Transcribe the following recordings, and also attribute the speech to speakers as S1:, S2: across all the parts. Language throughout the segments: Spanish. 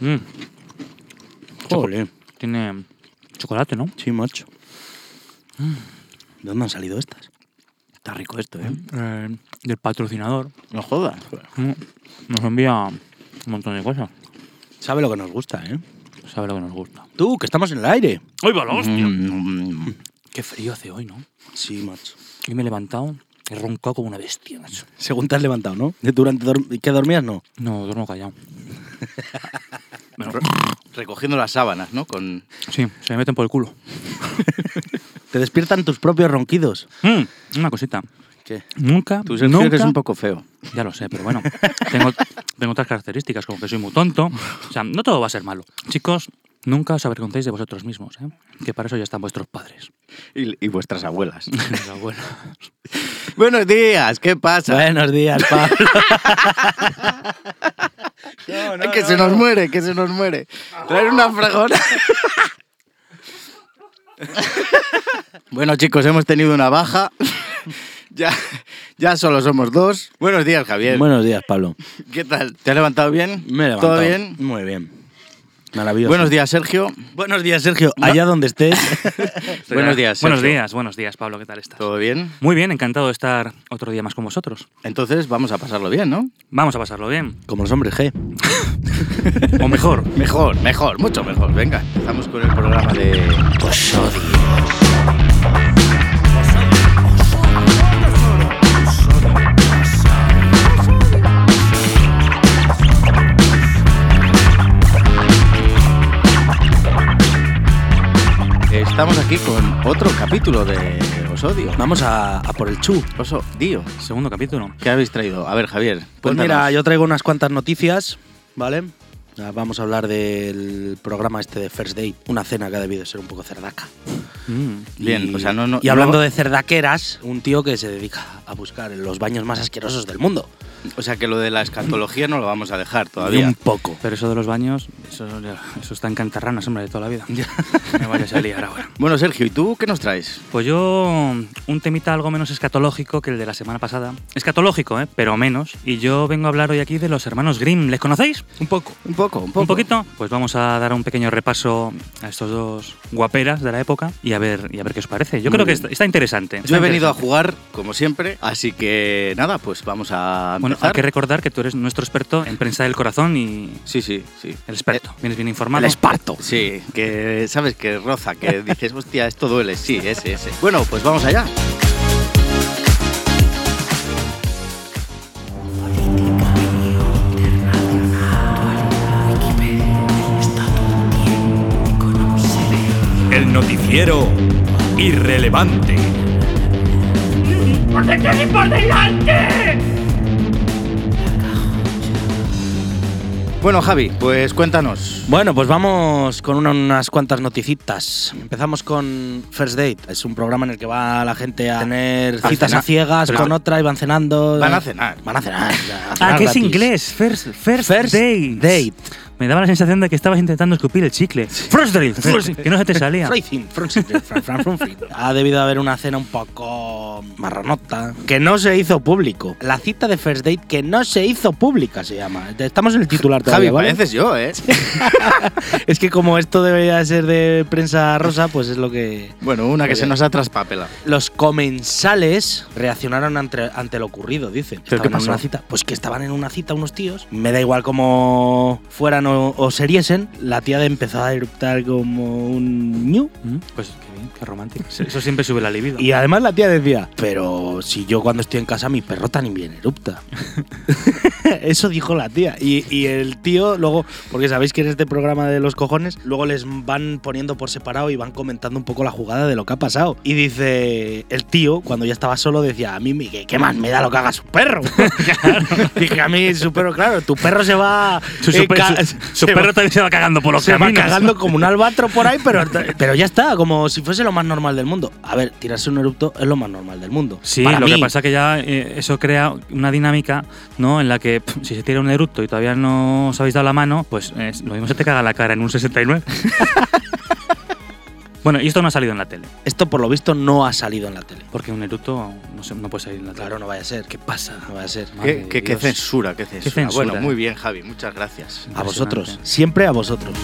S1: Mm.
S2: Joder.
S1: Tiene chocolate, ¿no?
S2: Sí, macho. ¿De dónde han salido estas? Está rico esto, ¿eh?
S1: Eh, del patrocinador.
S2: No jodas.
S1: Mm. Nos envía un montón de cosas.
S2: Sabe lo que nos gusta, ¿eh?
S1: Sabe lo que nos gusta.
S2: Tú, que estamos en el aire.
S1: ¡Ay, va la hostia!
S2: Mm, mm.
S1: Qué frío hace hoy, ¿no?
S2: Sí, macho.
S1: Yo me he levantado, he roncado como una bestia, macho.
S2: Según te has levantado, ¿no? Durante dor- que dormías, no.
S1: No, duermo callado. Bueno,
S3: Recogiendo las sábanas, ¿no? Con...
S1: sí, se me meten por el culo.
S2: Te despiertan tus propios ronquidos.
S1: Mm, una cosita.
S2: ¿Qué?
S1: Nunca,
S3: Tú, Sergio,
S1: nunca,
S3: eres un poco feo.
S1: ya lo sé, pero bueno, tengo, tengo otras características, como que soy muy tonto. O sea, no todo va a ser malo. Chicos, nunca os avergoncéis de vosotros mismos, ¿eh? que para eso ya están vuestros padres.
S3: Y, y vuestras abuelas.
S1: Mis abuelos.
S3: Buenos días, ¿qué pasa?
S2: Buenos días, Pablo.
S3: Ay, que se nos muere, que se nos muere. Traer una fragona. bueno, chicos, hemos tenido una baja. ya, ya solo somos dos. Buenos días, Javier.
S2: Buenos días, Pablo.
S3: ¿Qué tal? ¿Te has levantado bien?
S2: Me he levantado.
S3: ¿Todo bien?
S2: Muy bien. Maravilloso.
S3: Buenos días, Sergio.
S2: Buenos días, Sergio. Allá donde estés.
S3: Buenos días,
S1: Buenos
S3: Sergio.
S1: días, buenos días, Pablo, ¿qué tal estás?
S3: ¿Todo bien?
S1: Muy bien, encantado de estar otro día más con vosotros.
S3: Entonces vamos a pasarlo bien, ¿no?
S1: Vamos a pasarlo bien.
S2: Como los hombres G.
S1: O mejor,
S3: Mejor, mejor, mucho mejor. Venga, empezamos con el programa de... Estamos aquí con otro capítulo de Os Odio.
S2: Vamos a, a por el chu.
S3: Os Odio.
S1: segundo capítulo.
S3: ¿Qué habéis traído? A ver, Javier.
S2: Pues
S3: cuéntanos.
S2: mira, yo traigo unas cuantas noticias, ¿vale? Ah, Vamos a hablar del programa este de First Date, una cena que ha debido ser un poco cerdaca.
S1: Mm.
S3: Bien,
S2: Y-
S3: o sea, no... no
S2: Y hablando
S3: no-
S2: de cerdaqueras, un tío que se dedica a buscar en los baños más asquerosos del mundo.
S3: O sea, que lo de la escatología no lo vamos a dejar
S2: Y
S3: todavía.
S2: un poco.
S1: Pero eso de los baños, eso, eso está en cantarranas, hombre, de toda la vida. Me vayas a liar ahora.
S3: Bueno, Sergio, ¿y tú qué nos traes?
S1: Pues yo, un temita algo menos escatológico que el de la semana pasada. Escatológico, ¿eh? pero menos. Y yo vengo a hablar hoy aquí de los hermanos Grimm. ¿Les conocéis? Un poco.
S3: Un poco, un poco.
S1: ¿Un poquito? Pues vamos a dar un pequeño repaso a estos dos guaperas de la época y a ver, y a ver qué os parece. Yo
S3: Muy
S1: creo que
S3: bien.
S1: está, está interesante.
S3: Yo
S1: está
S3: he venido a
S1: interesante.
S3: jugar, como siempre, así que nada, pues vamos a
S1: Bueno,
S3: empezar.
S1: hay que recordar que tú eres nuestro experto en prensa del corazón y
S3: Sí, sí, sí.
S1: el experto. Vienes bien informado.
S2: El esparto.
S3: Sí, que sabes que roza, que dices, hostia, esto duele, sí, ese, ese. Bueno, pues vamos allá.
S4: El noticiero irrelevante.
S5: ¡Por detrás y por delante!
S3: Bueno, Javi, pues cuéntanos.
S2: Bueno, pues vamos con una- unas cuantas noticitas. Empezamos con First Date. Es un programa en el que va la gente a tener
S3: A
S2: citas
S3: cenar.
S2: a ciegas
S3: Pero-
S2: con otra y van cenando.
S3: Van a cenar.
S2: Van a cenar. ya, a
S1: Ah,
S2: cenar
S1: que es
S2: gratis.
S1: inglés. First, first,
S2: First
S1: date.
S2: date.
S1: Me daba la sensación de que estabas intentando escupir el chicle. First date. first- que no se te salía.
S2: Freezing, freezing, fran, fran, fran, fran. Ha debido haber una cena un poco marranota que no se hizo público. La cita de First Date que no se hizo pública se llama. Estamos en el titular
S3: Javi,
S2: todavía, ¿vale?
S3: pareces yo, ¿eh?
S2: Es que como esto debería ser de prensa rosa, pues es lo que
S3: bueno, una que se nos ha traspapelado.
S2: Los comensales reaccionaron ante, ante lo ocurrido, dice.
S3: ¿Pero qué
S2: Estaban en
S3: pasó?
S2: una cita. Pues que estaban en una cita unos tíos. Me da igual cómo fueran o, o seriesen. La tía de empezó a eruptar como un ñu.
S1: Mm, Pues qué bien, qué romántico. Eso siempre sube la libido.
S2: Y además la tía decía, pero si yo cuando estoy en casa mi perro también bien erupta. Eso dijo la tía. Y, y el tío luego, porque sabéis que en este programa de los cojones, luego les van poniendo por separado y van comentando un poco la jugada de lo que ha pasado. Y dice, el tío, cuando ya estaba solo, decía, a mí me- ¿qué, qué más me da lo que haga su perro? Dije, a mí su perro, claro, tu perro se va...
S1: su,
S2: eh,
S1: su pe-
S2: ca-
S1: su- su
S2: se va-
S1: perro también se va cagando por los
S2: se va
S1: caminos.
S2: cagando como un albatro por ahí, pero, pero ya está, como si fuese lo más normal del mundo. A ver, tirarse un erupto es lo más normal del mundo.
S1: Sí,
S2: Para
S1: lo que
S2: mí.
S1: pasa que ya eh, eso crea una dinámica, ¿no? En la que pff, si se tira un eructo y todavía no os habéis dado la mano, pues eh, lo mismo se te caga la cara en un 69. Bueno, y esto no ha salido en la tele.
S2: Esto por lo visto no ha salido en la tele.
S1: Porque un eructo no, se- no puede salir en la tele.
S2: Claro, no vaya a ser. ¿Qué pasa? No vaya a ser.
S1: Madre
S3: Qué,
S1: de
S3: qué- qué
S1: Dios.
S3: censura, qué censura.
S1: censura,
S3: Bueno,
S1: eh.
S3: muy bien, Javi, muchas gracias.
S2: A vosotros.
S1: Impresionante.
S2: Siempre a vosotros.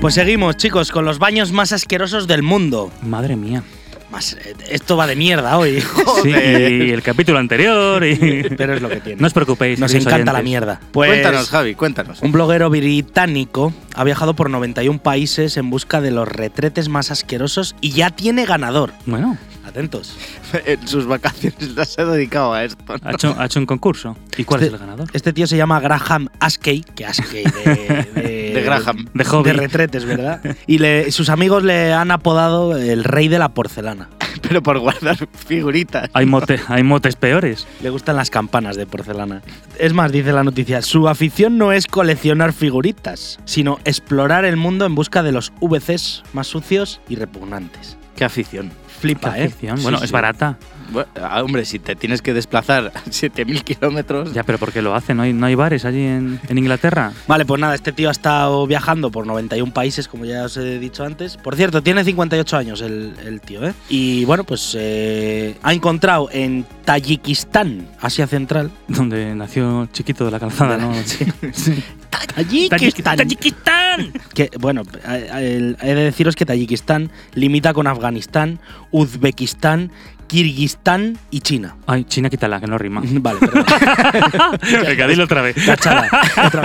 S2: Pues seguimos, chicos, con los baños más asquerosos del mundo.
S1: Madre mía.
S2: Más, eh, esto va de mierda hoy.
S1: Sí, y el capítulo anterior. Y...
S2: Pero es lo que tiene.
S1: No os preocupéis.
S2: Nos
S1: queridos
S2: encanta la
S1: oyentes.
S2: mierda. Pues,
S3: Cuéntanos, Javi, cuéntanos.
S2: Un bloguero británico ha viajado por 91 países en busca de los retretes más asquerosos y ya tiene ganador.
S1: Bueno,
S2: Atentos.
S3: En sus vacaciones las he dedicado a esto.
S1: ha hecho, ha hecho un concurso. ¿Y cuál
S2: Este-
S1: es el ganador?
S2: Este tío se llama Graham Askey, que Askey de, de,
S3: De Graham.
S1: De hobby.
S2: De retretes, ¿verdad? Y le- sus amigos le han apodado el rey de la porcelana.
S3: Pero por guardar figuritas.
S1: Hay, mote- hay motes peores.
S2: Le gustan las campanas de porcelana. Es más, dice la noticia, su afición no es coleccionar figuritas, sino explorar el mundo en busca de los VCs más sucios y repugnantes.
S3: Qué afición.
S2: Flipa,
S1: Qué
S2: ¿eh?
S1: afición. bueno,
S3: Sí,
S1: es
S3: sí.
S1: barata.
S3: Bueno, ah, hombre, si te tienes que desplazar a 7.000 kilómetros.
S1: Ya, pero ¿por qué lo hacen? ¿No hay, no hay bares allí en, en Inglaterra?
S2: Vale, pues nada, este tío ha estado viajando por 91 países, como ya os he dicho antes. Por cierto, tiene 58 años el, el tío, ¿eh? Y bueno, pues eh, ha encontrado en Tayikistán, Asia Central.
S1: Donde nació chiquito de la calzada, ¿no?
S2: Tayikistán.
S1: ¡Tayikistán!
S2: Que, bueno, a- a- el- he de deciros que Tayikistán limita con Afganistán, Uzbekistán, Kirguistán y China.
S1: Ay, China quítala, que no rima.
S2: Vale, perdón.
S1: Venga, dilo otra vez.
S2: Cachala, otra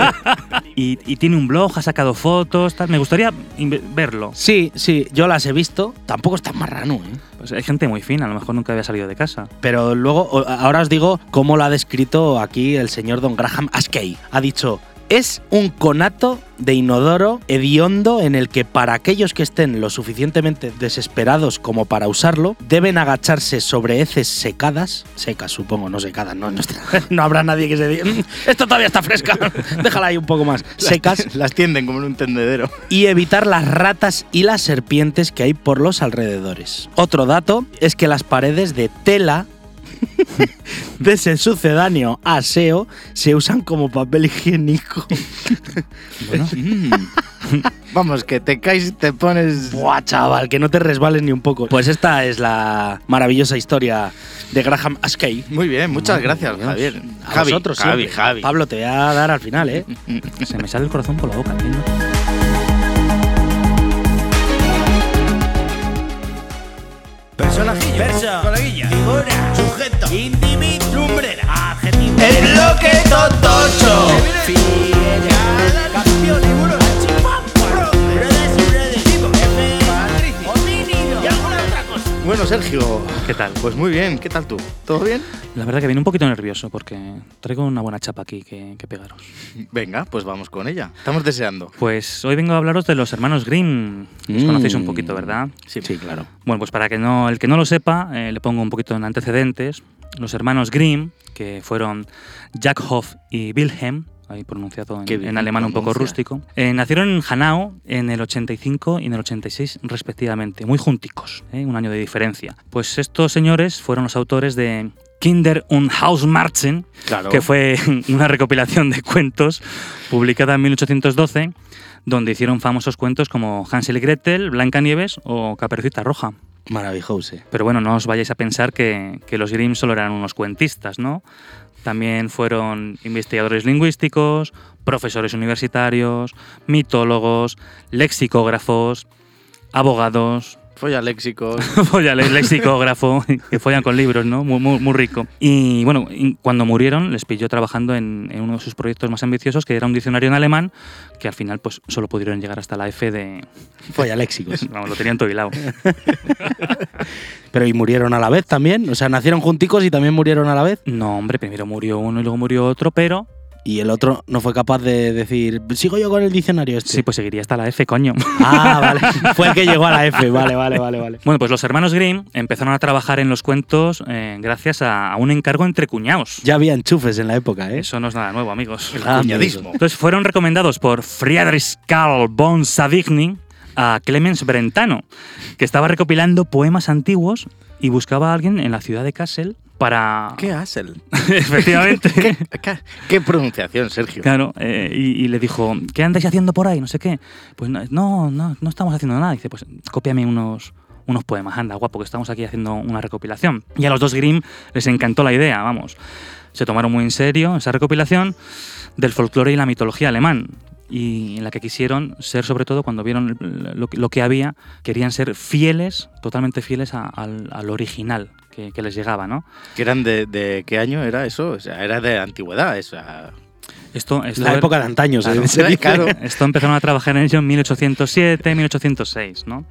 S2: vez.
S1: Y, y tiene un blog, ha sacado fotos, tal. Me gustaría inve- verlo.
S2: Sí, sí, yo las he visto. Tampoco es tan marrano, ¿eh?
S1: Pues hay gente muy fina, a lo mejor nunca había salido de casa.
S2: Pero luego, o- ahora os digo cómo lo ha descrito aquí el señor Don Graham Askey. Ha dicho, es un conato de inodoro hediondo en el que para aquellos que estén lo suficientemente desesperados como para usarlo, deben agacharse sobre heces secadas, secas supongo, no secadas, no, no, está- no habrá nadie que se diga, "Mm, esto todavía está fresca, déjala ahí un poco más, secas,
S3: Las tienden como en un tendedero.
S2: y evitar las ratas y las serpientes que hay por los alrededores. Otro dato es que las paredes de tela de ese sucedáneo aseo se usan como papel higiénico.
S1: Bueno,
S3: Vamos, que te caes y te pones.
S2: Buah, chaval, que no te resbales ni un poco. Pues esta es la maravillosa historia de Graham Askey.
S3: Muy bien, muchas
S1: Madre
S3: gracias,
S1: de Dios.
S3: Javier.
S2: A
S3: Javi,
S2: vosotros
S3: Javi,
S2: siempre.
S3: Javi.
S2: Pablo, te voy a dar al final, ¿eh?
S1: se me sale el corazón por la boca. tío.
S6: Personajillo, perso, coleguilla, figura, sujeto, individuo, lumbrera, adjetivo, el bloque totocho, figura, campeón, tiburón, chipapa, redes, redes, tipo, jefe, patricio, homínido y alguna otra cosa.
S3: Bueno, Sergio.
S1: ¿Qué tal?
S3: Pues muy bien, ¿qué tal tú? ¿Todo bien?
S1: La verdad que viene un poquito nervioso porque traigo una buena chapa aquí que, que pegaros.
S3: Venga, pues vamos con ella. Estamos deseando.
S1: Pues hoy vengo a hablaros de los hermanos Grimm. Los
S2: Mm.
S1: conocéis un poquito, ¿verdad?
S3: Sí, claro.
S1: Bueno, pues para que no, el que no lo sepa, eh, le pongo un poquito en antecedentes. Los hermanos Grimm, que fueron Jack Hoff y Wilhelm, ahí pronunciado en,
S3: Qué bien
S1: en alemán un poco
S3: pronuncia.
S1: rústico, eh, nacieron en Hanau en el 85 y en el 86 respectivamente, muy junticos, ¿eh? un año de diferencia. Pues estos señores fueron los autores de Kinder und Hausmärchen,
S3: Claro.
S1: que fue una recopilación de cuentos publicada en 1812, donde hicieron famosos cuentos como Hansel y Gretel, Blancanieves o Caperucita Roja.
S2: Maravilloso. eh.
S1: Pero bueno, no os vayáis a pensar que, que los Grimm solo eran unos cuentistas, ¿no? También fueron investigadores lingüísticos, profesores universitarios, mitólogos, lexicógrafos, abogados,
S3: Folla léxicos.
S1: Folla- Pues le- lexicógrafo, que follan con libros, ¿no? Muy, muy, muy rico. Y bueno, y cuando murieron les pilló trabajando en, en uno de sus proyectos más ambiciosos, que era un diccionario en alemán, que al final pues solo pudieron llegar hasta la F de...
S2: Folla léxicos.
S1: Vamos, lo tenían todo hilado.
S2: Pero y murieron a la vez también. O sea, nacieron junticos y también murieron a la vez.
S1: No, hombre, primero murió uno y luego murió otro, pero
S2: Y el otro no fue capaz de decir, sigo yo con el diccionario este.
S1: sí, pues seguiría hasta la F, coño.
S2: Ah, vale. Fue el que llegó a la F. Vale, vale, vale, vale.
S1: Bueno, pues los hermanos Grimm empezaron a trabajar en los cuentos eh, gracias a, a un encargo entre cuñados.
S2: Ya había enchufes en la época, ¿eh?
S1: Eso no es nada nuevo, amigos.
S2: Ah,
S3: Cuñadismo.
S1: Entonces fueron recomendados por Friedrich Karl von Savigny a Clemens Brentano, que estaba recopilando poemas antiguos y buscaba a alguien en la ciudad de Kassel para...
S3: ¿Qué Hassel?
S1: Efectivamente.
S3: ¿Qué, qué, qué pronunciación, Sergio?
S1: Claro, eh, y, y le dijo, ¿qué andáis haciendo por ahí? No sé qué. Pues no, no, no, no estamos haciendo nada. Dice, pues cópiame unos, unos poemas, anda, guapo, que estamos aquí haciendo una recopilación. Y a los dos Grimm les encantó la idea, vamos. Se tomaron muy en serio esa recopilación del folclore y la mitología alemán. Y en la que quisieron ser, sobre todo cuando vieron lo, que- lo que había, querían ser fieles, totalmente fieles a- al, al original que, que les llegaba, ¿no?
S3: ¿Que eran de, de qué año era eso? O sea, era de antigüedad. Esa...
S1: Esto, esto
S2: La
S1: era-
S2: época de antaño, se-
S3: Claro.
S2: se dice.
S3: Claro.
S1: Esto empezaron a trabajar en ello en 1807, 1806, ¿no?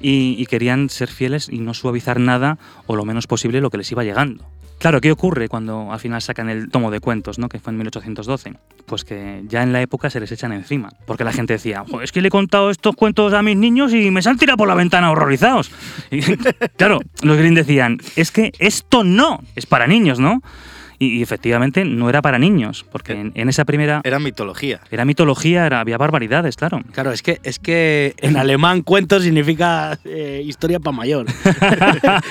S1: Y, y querían ser fieles y no suavizar nada o lo menos posible lo que les iba llegando. Claro, ¿qué ocurre cuando al final sacan el tomo de cuentos, ¿no? que fue en 1812? Pues que ya en la época se les echan encima, porque la gente decía, "Jo, es que le he contado estos cuentos a mis niños y me se han tirado por la ventana horrorizados. Y, claro, los Green decían, es que esto no es para niños, ¿no? Y, y efectivamente no era para niños, porque en, en esa primera...
S3: Era mitología.
S1: Era mitología, era, había barbaridades, claro.
S2: Claro, es que, es que en alemán cuento significa eh, historia para mayor.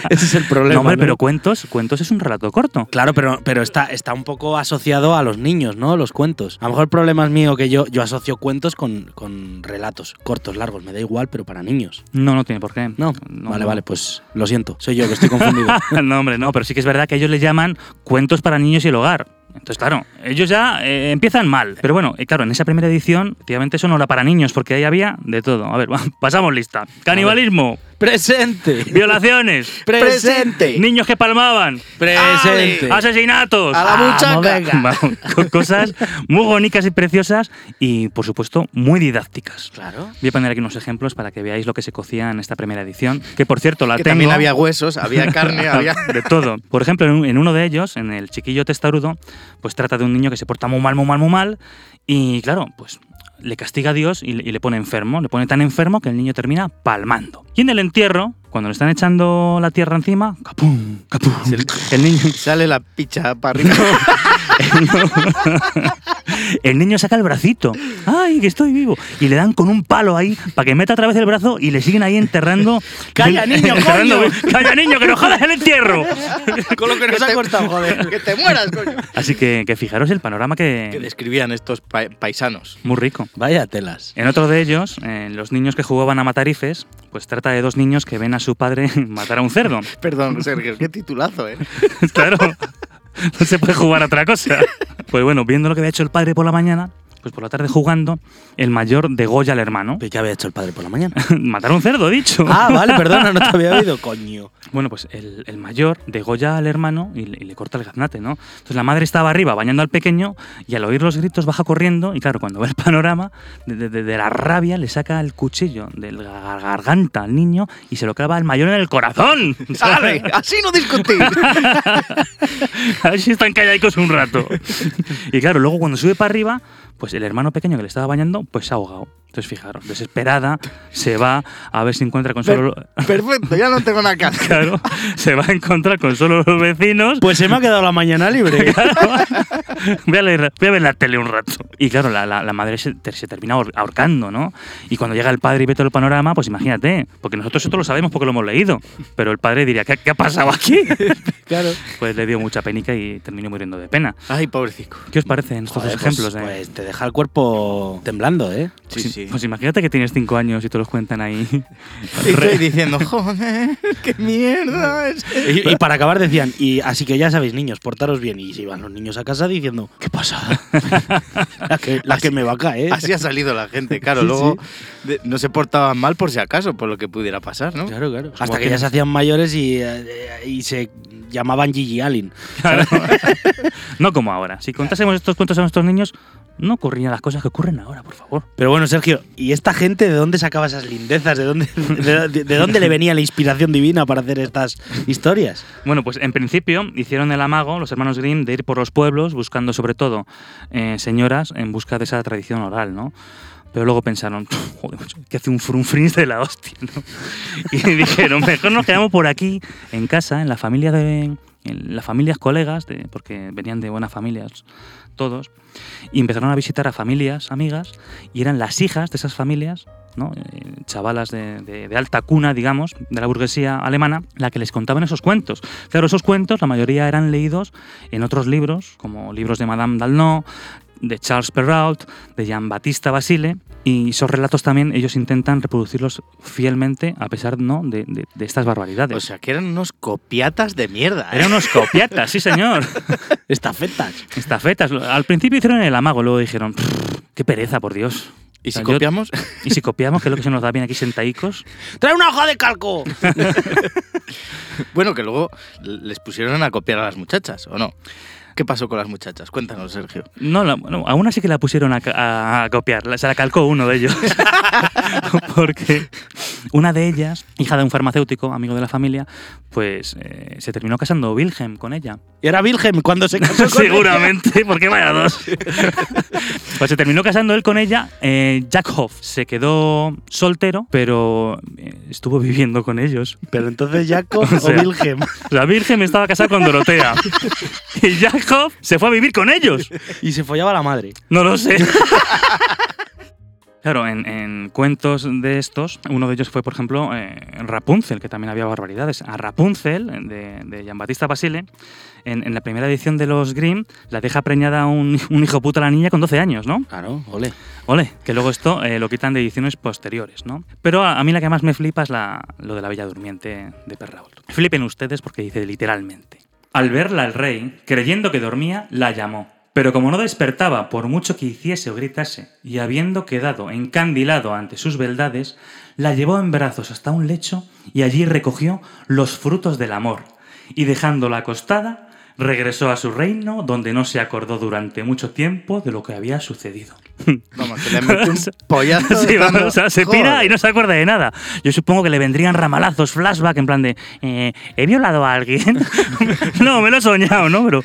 S2: Ese es el problema.
S1: no, hombre,
S2: ¿no?
S1: pero cuentos, cuentos es un relato corto.
S2: Claro, pero, pero está, está un poco asociado a los niños, ¿no? Los cuentos. A lo mejor el problema es mío que yo, yo asocio cuentos con, con relatos cortos, largos, me da igual, pero para niños.
S1: No, no tiene por qué.
S2: No, vale, vale, pues lo siento, soy yo que estoy confundido.
S1: no, hombre, no, pero sí que es verdad que ellos le llaman cuentos para niños y el hogar. Entonces, claro, ellos ya eh, empiezan mal. Pero bueno, eh, claro, en esa primera edición, efectivamente, eso no era para niños, porque ahí había de todo. A ver, pasamos lista. Canibalismo,
S2: ¡Presente!
S1: violaciones,
S3: ¡Presente!
S1: niños que palmaban,
S2: ¡Presente!
S1: asesinatos. Ah,
S3: ¡A la muchacha!
S1: Vamos, con cosas muy bonitas y preciosas y, por supuesto, muy didácticas.
S2: Claro.
S1: Voy a poner aquí unos ejemplos para que veáis lo que se cocía en esta primera edición, que por cierto la
S3: Que
S1: tengo Ah,
S3: también había huesos, había carne, había...
S1: de todo. Por ejemplo, en un- en uno de ellos, en el chiquillo testarudo, pues trata de un niño que se porta muy mal, muy mal, muy mal y claro, pues le castiga a Dios y, le- y le pone enfermo, le pone tan enfermo que el niño termina palmando. Y en el entierro, cuando le están echando la tierra encima, capum, capum, el niño,
S3: Sale la picha para arriba.
S1: el niño saca el bracito. ¡Ay, que estoy vivo! Y le dan con un palo ahí para que meta otra vez el brazo y le siguen ahí enterrando.
S2: ¡Calla, niño,
S1: Enterrando-
S2: coño!
S1: ¡Calla, niño, que no jodas el entierro!
S2: Con lo que nos ha cortado, joder.
S3: ¡Que te mueras, coño!
S1: Así que, que fijaros el panorama
S3: Que
S1: que.
S3: describían estos pa- paisanos.
S1: Muy rico.
S2: Vaya telas.
S1: En otro de ellos, eh, los niños que jugaban a matar ifes, pues trata de dos niños que ven a su padre matar a un cerdo.
S3: Perdón, Sergio, qué titulazo, ¿eh?
S1: claro. No se puede jugar a otra cosa. Pues bueno, viendo lo que había hecho el padre por la mañana, pues por la tarde jugando, el mayor degolla al hermano.
S2: ¿Pero qué había hecho el padre por la mañana?
S1: Matar a un cerdo, he dicho.
S2: Ah, vale, perdona, no te había oído, coño.
S1: Bueno, pues el, el mayor degolla al hermano y le, y le corta el gaznate, ¿no? Entonces la madre estaba arriba bañando al pequeño y al oír los gritos baja corriendo y claro, cuando ve el panorama, de, de- de- de la rabia le saca el cuchillo de la garganta al niño y se lo clava al mayor en el corazón.
S3: ¡Ale!
S1: ¿sabes?
S3: ¡Así no discutís!
S1: A ver si están calladicos un rato. Y claro, luego cuando sube para arriba, pues el hermano pequeño que le estaba bañando, pues se ha ahogado. Entonces fijaros, desesperada, se va a ver si encuentra consuelo...
S3: Perfecto, ya no tengo nada que hacer.
S1: Claro, se va a encontrar con solo los vecinos
S2: Pues se me ha quedado la mañana libre.
S1: voy, a leer- voy a ver la tele un rato. Y claro, la, la- la madre se, ter- se termina ahor- ahorcando, ¿no? Y cuando llega el padre y ve todo el panorama, pues imagínate, porque nosotros esto lo sabemos porque lo hemos leído, pero el padre diría, ¿qué, qué ha pasado aquí?
S2: Claro.
S1: Pues le dio mucha penica y terminó muriendo de pena.
S3: Ay, pobrecito.
S1: ¿Qué os parecen estos
S2: Joder,
S1: dos
S2: pues-
S1: ejemplos? eh?
S2: Pues te deja el cuerpo temblando, ¿eh?
S3: Sí,
S1: Pues-
S3: sí.
S1: pues imagínate que tienes cinco años y te los cuentan ahí.
S3: Y estoy diciendo, joder, qué mierda es.
S2: Y, y para acabar decían, y así que ya sabéis, niños, portaros bien. Y se iban los niños a casa diciendo, ¿qué pasa? la que, la que me va a caer.
S3: Así ha salido la gente, claro. luego de- no se portaban mal por si acaso, por lo que pudiera pasar, ¿no?
S2: Claro, claro. Hasta
S1: Como
S2: que ya
S1: que-
S2: se hacían mayores y, eh, y se llamaban Gigi Allen.
S1: Claro. no como ahora. Si contásemos estos cuentos a nuestros niños, no ocurrirían las cosas que ocurren ahora, por favor.
S2: Pero bueno, Sergio, ¿y esta gente de dónde sacaba esas lindezas? ¿De dónde, de, de- de dónde le venía la inspiración divina para hacer estas historias?
S1: Bueno, pues en principio hicieron el amago los hermanos Grimm de ir por los pueblos buscando sobre todo eh, señoras en busca de esa tradición oral, ¿no? Pero luego pensaron, joder, macho, que hace un frunfrins de la hostia, ¿no? Y dijeron, mejor nos quedamos por aquí, en casa, en la familia de... en las familias colegas, de- porque venían de buenas familias todos, y empezaron a visitar a familias, amigas, y eran las hijas de esas familias ¿no? Eh, chavalas de, de- de alta cuna, digamos, de la burguesía alemana, la que les contaban esos cuentos. Claro, esos cuentos, la mayoría eran leídos en otros libros, como libros de Madame Dalnau, de Charles Perrault, de Jean-Baptiste Basile, y esos relatos también ellos intentan reproducirlos fielmente a pesar ¿no? de, de- de estas barbaridades.
S3: O sea, que eran unos copiatas de mierda. ¿eh?
S1: eran unos copiatas, sí señor.
S2: Estafetas.
S1: Estafetas. Al principio hicieron el amago, luego dijeron, "Pff, qué pereza, por Dios.
S3: ¿Y si
S1: O sea, yo-
S3: copiamos?
S1: Y si copiamos, que es lo que se nos da bien aquí sentaicos.
S2: ¡Trae una hoja de calco!
S3: bueno, que luego les pusieron a copiar a las muchachas, ¿o no? ¿Qué pasó con las muchachas? Cuéntanos, Sergio.
S1: No, la, no, a una sí que la pusieron a, ca- a- a copiar, la- se la calcó uno de ellos. Porque una de ellas, hija de un farmacéutico, amigo de la familia, pues eh, se terminó casando Wilhelm con ella.
S2: Y era Wilhelm cuando se casó con
S1: Seguramente, porque vaya dos. pues se terminó casando él con ella. eh, Jack Hoff se quedó soltero, pero eh, estuvo viviendo con ellos.
S2: Pero entonces Jacob
S1: O
S2: o,
S1: sea.
S2: Wilhelm.
S1: La Virgen estaba casada con Dorotea. y Jack Hoff se fue a vivir con ellos.
S2: Y se follaba la madre.
S1: No lo sé. Claro, en, en cuentos de estos, uno de ellos fue, por ejemplo, eh, Rapunzel, que también había barbaridades. A Rapunzel, de, de Jean-Baptiste Basile, en, en la primera edición de los Grimm, la deja preñada un, un hijo puta a la niña con 12 años, ¿no?
S2: Claro, ole.
S1: Ole, que luego esto eh, lo quitan de ediciones posteriores, ¿no? Pero a, a mí la que más me flipa es la, lo de la Bella Durmiente de Perrault. Flipen ustedes porque dice literalmente. Al verla el rey, creyendo que dormía, la llamó. Pero como no despertaba por mucho que hiciese o gritase, y habiendo quedado encandilado ante sus beldades, la llevó en brazos hasta un lecho y allí recogió los frutos del amor, y dejándola acostada, regresó a su reino donde no se acordó durante mucho tiempo de lo que había sucedido.
S3: Vamos, que le metió un
S1: O sea,
S3: pollazo.
S1: Sí,
S3: estando-
S1: vamos, o sea, se
S3: Joder.
S1: pira y no se acuerda de nada. Yo supongo que le vendrían ramalazos, flashback, en plan de eh, ¿he violado a alguien? no, me lo he soñado, ¿no? Pero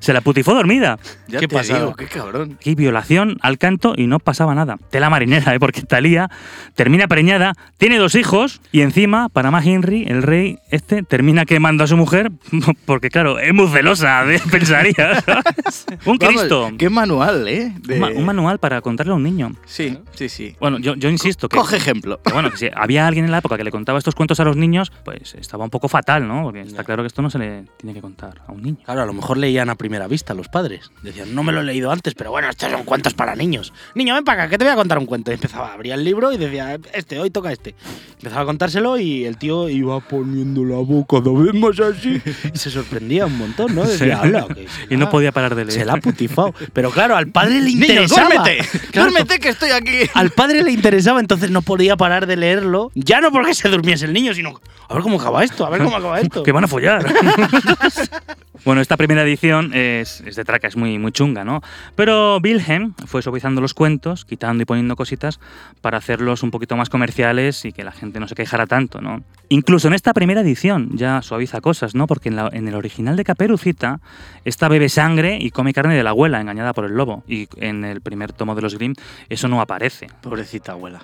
S1: se la putifó dormida.
S3: Ya
S2: ¿Qué
S3: te
S2: pasada?
S3: digo, qué cabrón.
S1: Aquí violación al canto y no pasaba nada. Tela marinera, ¿eh? porque Talía termina preñada, tiene dos hijos y encima, para más Henry, el rey este termina quemando a su mujer porque, claro, es muy celosa, de- pensaría. ¿sabes? Un
S3: Vamos,
S1: Cristo.
S3: Qué manual, ¿eh? De-
S1: Un ma- un manual para contarle a un niño.
S3: Sí, sí, sí.
S1: Bueno, yo, yo insisto que.
S3: Coge ejemplo.
S1: Pero bueno, que si había alguien en la época que le contaba estos cuentos a los niños, pues estaba un poco fatal, ¿no? Porque está claro que esto no se le tiene que contar a un niño.
S2: Claro, a lo mejor leían a primera vista los padres. Decían, no me lo he leído antes, pero bueno, estos son cuentos para niños. Niño, ven para acá, que te voy a contar un cuento. Y empezaba, abría el libro y decía, este, hoy toca este. Empezaba a contárselo y el tío iba poniendo la boca cada vez más así. Y se sorprendía un montón, ¿no? Decía,
S1: Sí.
S2: "Hala, que se
S1: Y no
S2: la-
S1: podía parar de leer.
S2: Se la ha putifado. Pero claro, al padre le
S3: Niño,
S2: interesaba.
S3: duérmete.
S2: Claro,
S3: Duérmete que estoy aquí.
S2: Al padre le interesaba, entonces no podía parar de leerlo. Ya no porque se durmiese el niño, sino a ver cómo acaba esto, a ver cómo acaba esto.
S1: que van a follar. bueno, esta primera edición es, es de traca, es muy, muy chunga, ¿no? Pero Wilhelm fue suavizando los cuentos, quitando y poniendo cositas para hacerlos un poquito más comerciales y que la gente no se quejara tanto, ¿no? Incluso en esta primera edición ya suaviza cosas, ¿no? Porque en, la- en el original de Caperucita, esta bebe sangre y come carne de la abuela engañada por el lobo. Y en el primer tomo de los Grimm eso no aparece.
S3: Pobrecita abuela.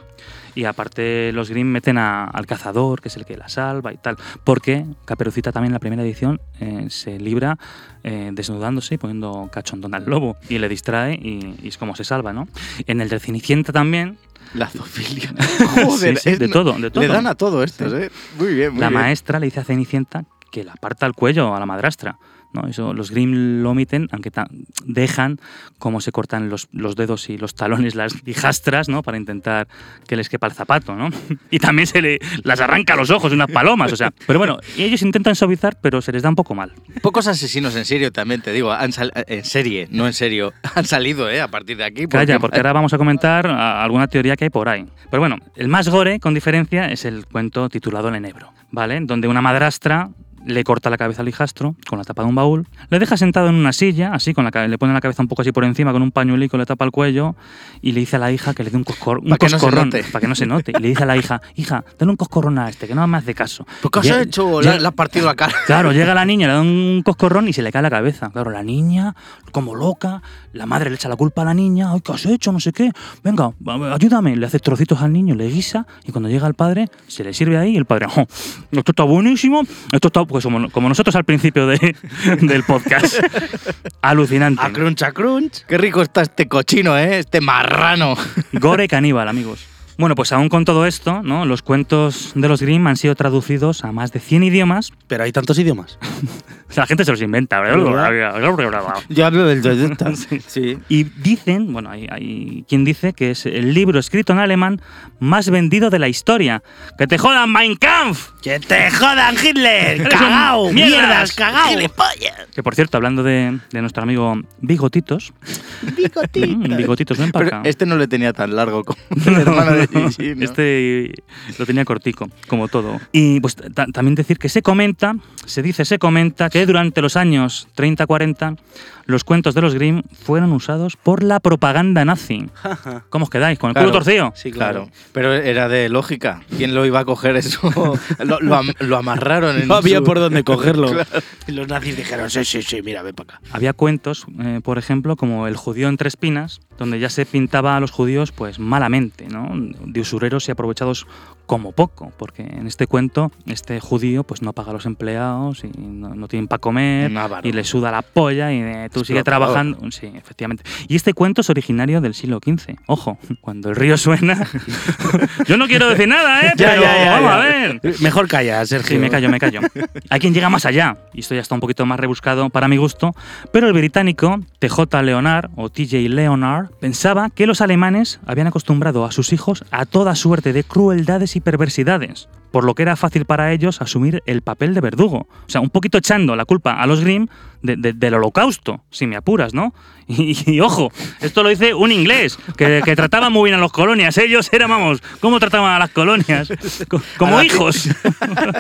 S1: Y aparte los Grimm meten a- al cazador, que es el que la salva y tal. Porque Caperucita también en la primera edición eh, se libra eh, desnudándose y poniendo cachondón al lobo. Y le distrae y, y es como se salva, ¿no? En el de Cenicienta también,
S3: La zoofilia.
S1: Sí, sí, de
S3: es-
S1: todo, de todo.
S3: Le dan a todo estos, ¿eh? Muy bien, muy
S1: la
S3: bien.
S1: maestra le dice a Cenicienta que la aparta al cuello a la madrastra. ¿no? Eso, los Grimm lo omiten, aunque ta- dejan cómo se cortan los, los dedos y los talones las hijastras ¿no? para intentar que les quepa el zapato. ¿no? Y también se le, las arranca los ojos unas palomas. O sea. Pero bueno, ellos intentan suavizar, pero se les da un poco mal.
S3: Pocos asesinos en serio también, te digo. han sal- eh, en serie, no en serio. Han salido, ¿eh? A partir de aquí.
S1: Calla, porque ahora vamos a comentar a- alguna teoría que hay por ahí. Pero bueno, el más gore, con diferencia, es el cuento titulado El Enebro, ¿vale? Donde una madrastra le corta la cabeza al hijastro con la tapa de un baúl, le deja sentado en una silla, así, con la ca- le pone la cabeza un poco así por encima con un pañuelico, le tapa el cuello y le dice a la hija que le dé un, coscor- un
S3: Pa' que no se
S1: coscorrón
S3: note.
S1: para que no se note. Y le dice a la hija, hija, dale un coscorrón a este, que no me hace caso.
S3: ¿Por Pues, qué
S1: Y
S3: os
S1: ya-
S3: ha hecho?
S1: ya-
S3: La, la has partido la cara.
S1: Claro, llega la niña, le da un coscorrón y se le cae la cabeza. Claro, la niña, como loca, la madre le echa la culpa a la niña. Ay, ¿qué has hecho? No sé qué. Venga, va- ayúdame. Le hace trocitos al niño, le guisa y cuando llega el padre, se le sirve ahí y el padre, "Jo, esto está buenísimo. Esto está pues, como, como nosotros al principio de- del podcast. Alucinante.
S2: A crunch, a crunch.
S3: Qué rico está este cochino, ¿eh? Este marrano.
S1: Gore caníbal, amigos. Bueno, pues aún con todo esto, ¿no? los cuentos de los Grimm han sido traducidos a más de 100 idiomas.
S2: Pero hay tantos idiomas.
S1: O sea, la gente se los inventa.
S3: Yo hablo del Toyota. sí.
S1: Y dicen, bueno, hay, hay quien dice que es el libro escrito en alemán más vendido de la historia. ¡Que te jodan Mein Kampf!
S2: ¡Que te jodan, Hitler!
S1: Eres un
S2: ¡Cagao!
S1: mierdas,
S2: ¡Mierdas, cagao!
S1: Que por cierto, hablando de, de nuestro amigo ¿eh? Bigotitos.
S2: Mm,
S1: Bigotitos. bigotitos, ven para
S3: Pero
S1: acá.
S3: este no le tenía tan largo como el hermano de Gigi, ¿no?
S1: Este lo tenía cortico, como todo. Y pues ta- también decir que se comenta, se dice, se comenta que durante los años 30-40 los cuentos de los Grimm fueron usados por la propaganda nazi. ¿Cómo os quedáis? ¿Con el
S3: Claro.
S1: culo torcido?
S2: Sí,
S3: claro. Pero era de lógica. ¿Quién lo iba a coger eso? lo, lo am- lo amarraron en
S2: No había
S3: su-
S2: por dónde cogerlo.
S3: Claro.
S2: Y los nazis dijeron, sí, sí, sí, mira, ven para acá.
S1: Había cuentos, eh, por ejemplo, como El judío en tres pinas, donde ya se pintaba a los judíos pues malamente, ¿no? De usureros y aprovechados como poco, porque en este cuento este judío pues no paga a los empleados y no, no tienen para comer
S3: Un avaro.
S1: y le suda la polla y eh, tú sigue
S3: Explotador.
S1: trabajando. Sí, efectivamente. Y este cuento es originario del siglo XV. Ojo, cuando el río suena... Yo no quiero decir nada, ¿eh? Pero vamos a ver.
S2: Mejor calla, Sergio.
S1: Sí, me callo, me callo. Hay quien llega más allá, y esto ya está un poquito más rebuscado para mi gusto, pero el británico TJ Leonard o TJ Leonard pensaba que los alemanes habían acostumbrado a sus hijos a toda suerte de crueldades y perversidades, por lo que era fácil para ellos asumir el papel de verdugo. O sea, un poquito echando la culpa a los Grimm de- de- del holocausto, si me apuras, ¿no? Y, y ojo, esto lo dice un inglés, que, que trataba muy bien a los colonias. Ellos eran, vamos, ¿cómo trataban a las colonias? Co- Como hijos.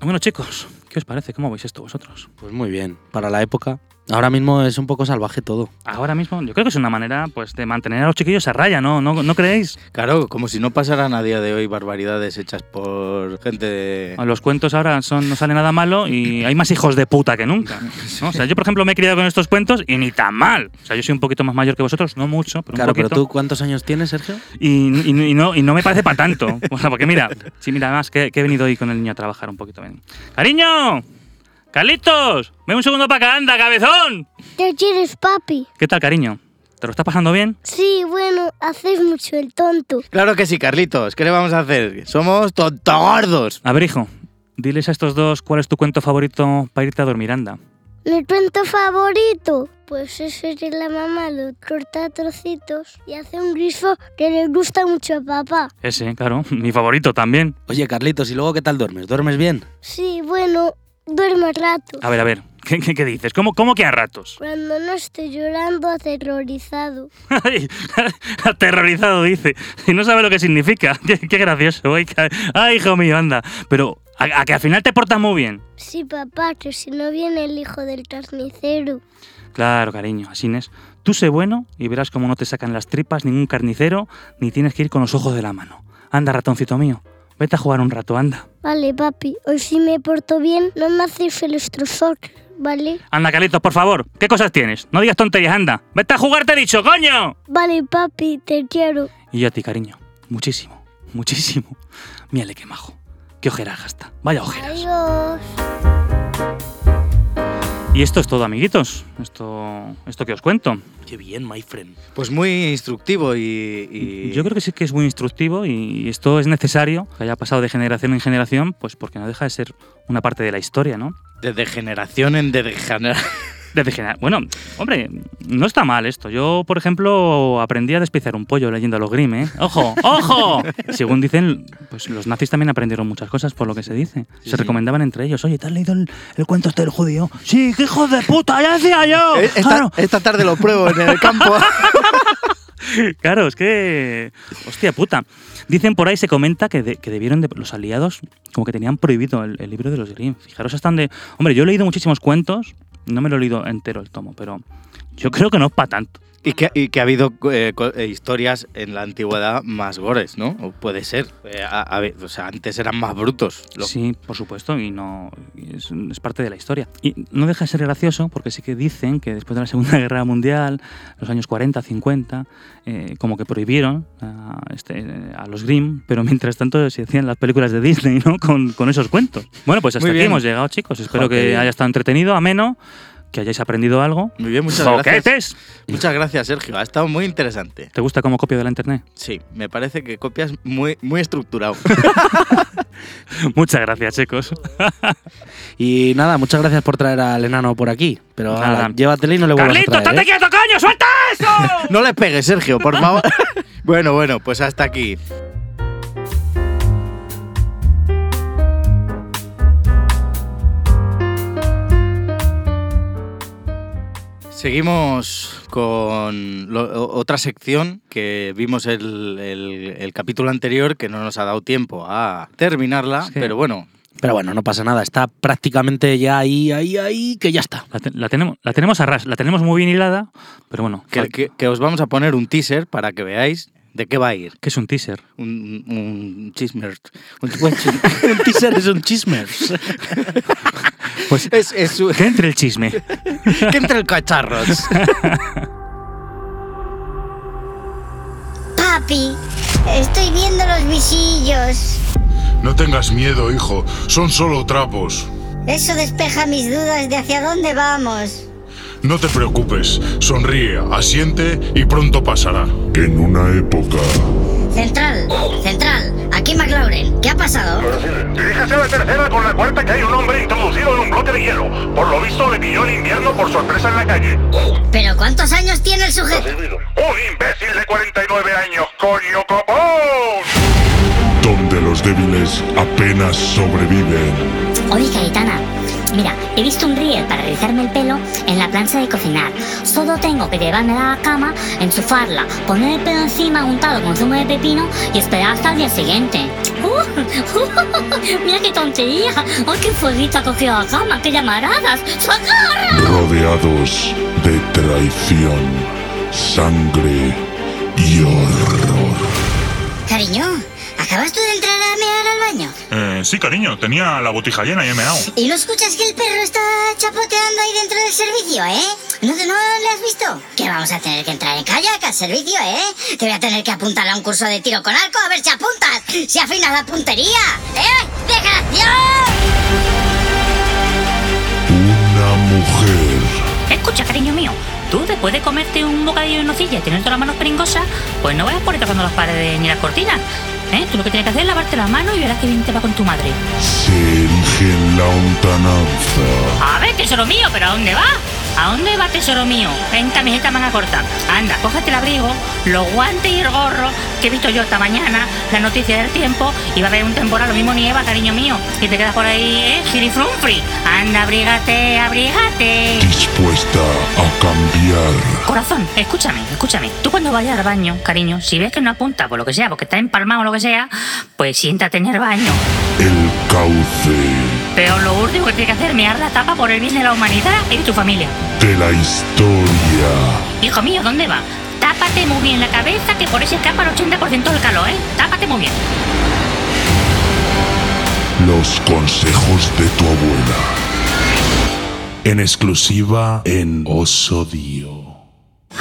S1: Bueno, chicos, ¿qué os parece? ¿Cómo veis esto vosotros?
S2: Pues muy bien, para la época. Ahora mismo es un poco salvaje todo.
S1: Ahora mismo, yo creo que es una manera pues, de mantener a los chiquillos a raya, ¿no? ¿No, no creéis?
S3: Claro, como si no pasaran a día de hoy barbaridades hechas por gente de...
S1: Eh, Los cuentos ahora son, no sale nada malo y hay más hijos de puta que nunca. ¿no? O sea, yo, por ejemplo, me he criado con estos cuentos y ni tan mal. O sea, yo soy un poquito más mayor que vosotros, no mucho, pero
S2: Claro,
S1: un poquito.
S2: pero tú, ¿cuántos años tienes, Sergio?
S1: Y, y- y no, y no me parece para tanto. O sea, porque mira, sí, mira, más que, que he venido hoy con el niño a trabajar un poquito. ven. ¡Cariño! ¡Carlitos! ¡Ven un segundo para acá, anda, cabezón!
S7: ¿Qué quieres, papi?
S1: ¿Qué tal, cariño? ¿Te lo estás pasando bien?
S7: Sí, bueno, haces mucho el tonto.
S3: Claro que sí, Carlitos. ¿Qué le vamos a hacer? Somos tontogordos.
S1: A ver, hijo, diles a estos dos cuál es tu cuento favorito para irte a dormir, anda.
S7: ¿Mi cuento favorito? Pues ese que la mamá lo corta a trocitos y hace un grifo que le gusta mucho a papá.
S1: Ese, claro, mi favorito también.
S2: Oye, Carlitos, ¿y luego qué tal duermes? ¿Duermes bien?
S7: Sí, bueno, duerme a rato.
S1: A ver, a ver, ¿qué, qué- qué dices? ¿Cómo, ¿Cómo que a ratos?
S7: Cuando no estoy llorando, aterrorizado.
S1: Ay, Aterrorizado, dice. Y no sabe lo que significa. Qué, qué gracioso. Ay, ca- ay, hijo mío, anda. Pero, a, a que al final te portas muy bien?
S7: Sí, papá, que si no viene el hijo del carnicero.
S1: Claro, cariño, así es. Tú sé bueno y verás cómo no te sacan las tripas ningún carnicero, ni tienes que ir con los ojos de la mano. Anda, ratoncito mío, vete a jugar un rato, anda.
S7: Vale, papi, hoy si me porto bien, no me haces el estrofón, ¿vale?
S1: Anda, Carlitos, por favor, ¿qué cosas tienes? No digas tonterías, anda. Vete a jugar, te he dicho, coño.
S7: Vale, papi, te quiero.
S1: Y yo a ti, cariño, muchísimo, muchísimo. Mírale qué majo, qué ojeras gasta. Vaya ojeras.
S7: Adiós.
S1: Y esto es todo, amiguitos. Esto, esto que os cuento.
S2: Qué bien, my friend.
S3: Pues muy instructivo y... y-
S1: Yo creo que sí que es muy instructivo y esto es necesario que haya pasado de generación en generación, pues porque no deja de ser una parte de la historia, ¿no?
S3: De degeneración en degeneración.
S1: Desde genera- Bueno, hombre, no está mal esto. Yo, por ejemplo, aprendí a despiciar un pollo leyendo a los Grimm, ¿eh? ¡Ojo! ¡Ojo! Según dicen, pues los nazis también aprendieron muchas cosas, por lo que se dice. se recomendaban entre ellos. Oye, ¿te has leído el, el cuento este del judío? ¡Sí, qué hijo de puta! ¡Ya decía yo!
S3: Eh, Esta,
S1: Claro.
S3: esta tarde lo pruebo en el campo.
S1: Claro, es que. Hostia puta. Dicen por ahí, se comenta que, de- que debieron de- los aliados, como que tenían prohibido el, el libro de los Grimm. Fijaros hasta donde. Hombre, yo he leído muchísimos cuentos, no me lo he leído entero el tomo, pero yo creo que no es para tanto.
S3: y, que, y que ha habido eh, co- eh, historias en la antigüedad más gores, ¿no? O puede ser. Eh, a- a ver, o sea, antes eran más brutos. Lo-
S1: Sí, por supuesto, y no y es, es parte de la historia. Y no deja de ser gracioso porque sí que dicen que después de la Segunda Guerra Mundial, los años 40, 50, eh, como que prohibieron a, este, a los Grimm, pero mientras tanto se hacían las películas de Disney ¿no? con, con esos cuentos. Bueno, pues hasta
S3: Muy
S1: aquí
S3: bien.
S1: hemos llegado, chicos. Espero
S3: Joder, qué
S1: que
S3: bien.
S1: haya estado entretenido, ameno. que hayáis aprendido algo.
S3: Muy bien, muchas gracias.
S1: ¡Boquetes!
S3: Muchas gracias, Sergio. Ha estado muy interesante.
S1: ¿Te gusta cómo copio de la internet?
S3: Sí, me parece que copias muy, muy estructurado.
S1: Muchas gracias, chicos.
S2: Y nada, muchas gracias por traer al enano por aquí. Pero
S1: Nada.
S2: ahora, llévatele y no le vuelvas
S1: ¡Carlitos,
S2: a traer.
S1: estate
S2: ¿eh?
S1: quieto, coño! ¡Suelta eso!
S3: no le pegues, Sergio, por favor. bueno, bueno, pues hasta aquí. Seguimos con lo- o- otra sección que vimos el, el- el capítulo anterior que no nos ha dado tiempo a terminarla,
S1: Sí.
S3: pero bueno,
S2: Pero bueno, no pasa nada. Está prácticamente ya ahí, ahí, ahí, que ya está.
S1: La, te- la tenemos, la tenemos a ras, la tenemos muy bien hilada, pero bueno,
S3: que,
S1: fal-
S3: que- que os vamos a poner un teaser para que veáis de qué va a ir.
S1: que es un teaser.
S3: Un, un chismer. Un,
S2: Un teaser es un chisme.
S1: Pues
S3: es, es un-
S1: que entre el chisme.
S3: que entre el cacharros.
S7: Papi, estoy viendo los visillos.
S8: No tengas miedo, hijo. Son solo trapos.
S7: Eso despeja mis dudas de hacia dónde vamos.
S8: No te preocupes. Sonríe, asiente y pronto pasará. En una época.
S7: Central, central, aquí McLaurin, ¿qué ha pasado?
S9: Diríjase a la tercera con la cuarta que hay un hombre introducido en un bloque de hielo. Por lo visto le pilló el invierno por sorpresa en la calle.
S7: ¿Pero cuántos años tiene el sujeto?
S9: Un imbécil de 49 años, coño copón.
S8: Donde los débiles apenas sobreviven.
S10: Oye, Caetana, mira, he visto un riel para rizarme el pelo en la plancha de cocinar. Solo tengo que llevarme a la cama, enchufarla, poner el pelo encima untado con zumo de pepino y esperar hasta el día siguiente. mira qué tontería. ¡Ay, qué fueguito ha cogido la cama! ¡Qué llamaradas! ¡Socorro!
S8: Rodeados de traición, sangre y horror.
S10: Cariño, ¿acabas tú de entrar a mear al baño?
S9: Eh, sí, cariño, tenía la botija llena y he meado.
S10: ¿Y no escuchas que el perro está chapoteando ahí dentro del servicio, eh? ¿No, te- no le has visto? Que vamos a tener que entrar en kayak al servicio, eh? Te voy a tener que apuntar a un curso de tiro con arco a ver si apuntas, si afinas la puntería, ¿eh? ¡Desgraciado!
S8: Una mujer
S10: Escucha, cariño mío, tú después de comerte un bocadillo de nocilla y tener todas las manos pringosas, pues no vayas por ahí tocando las paredes ni las cortinas, ¿eh? Tú lo que tienes que hacer es lavarte las manos y verás que bien te va con tu madre.
S8: se erige en la lontananza.
S10: A ver, tesoro mío, ¿pero a dónde va? ¿A dónde va, tesoro mío? En camiseta manga corta. Anda, cógete el abrigo, los guantes y el gorro que he visto yo esta mañana, la noticia del tiempo, y va a haber un temporal, lo mismo nieva, cariño mío, y te quedas por ahí, ¿eh? Girifrumfri. Anda, abrígate, abrígate.
S8: Dispuesta a cambiar.
S10: Corazón, escúchame, escúchame. Tú cuando vayas al baño, cariño, si ves que no apunta por lo que sea, porque está empalmado o lo que sea, pues siéntate en el baño.
S8: El cauce
S10: Pero lo último que tienes que hacer es mear la tapa por el bien de la humanidad y de tu familia.
S8: de la historia.
S10: Hijo mío, ¿dónde va? Tápate muy bien la cabeza, que por ese escapa el 80% del calor, ¿eh? Tápate muy bien.
S8: Los consejos de tu abuela. En exclusiva en Osodio.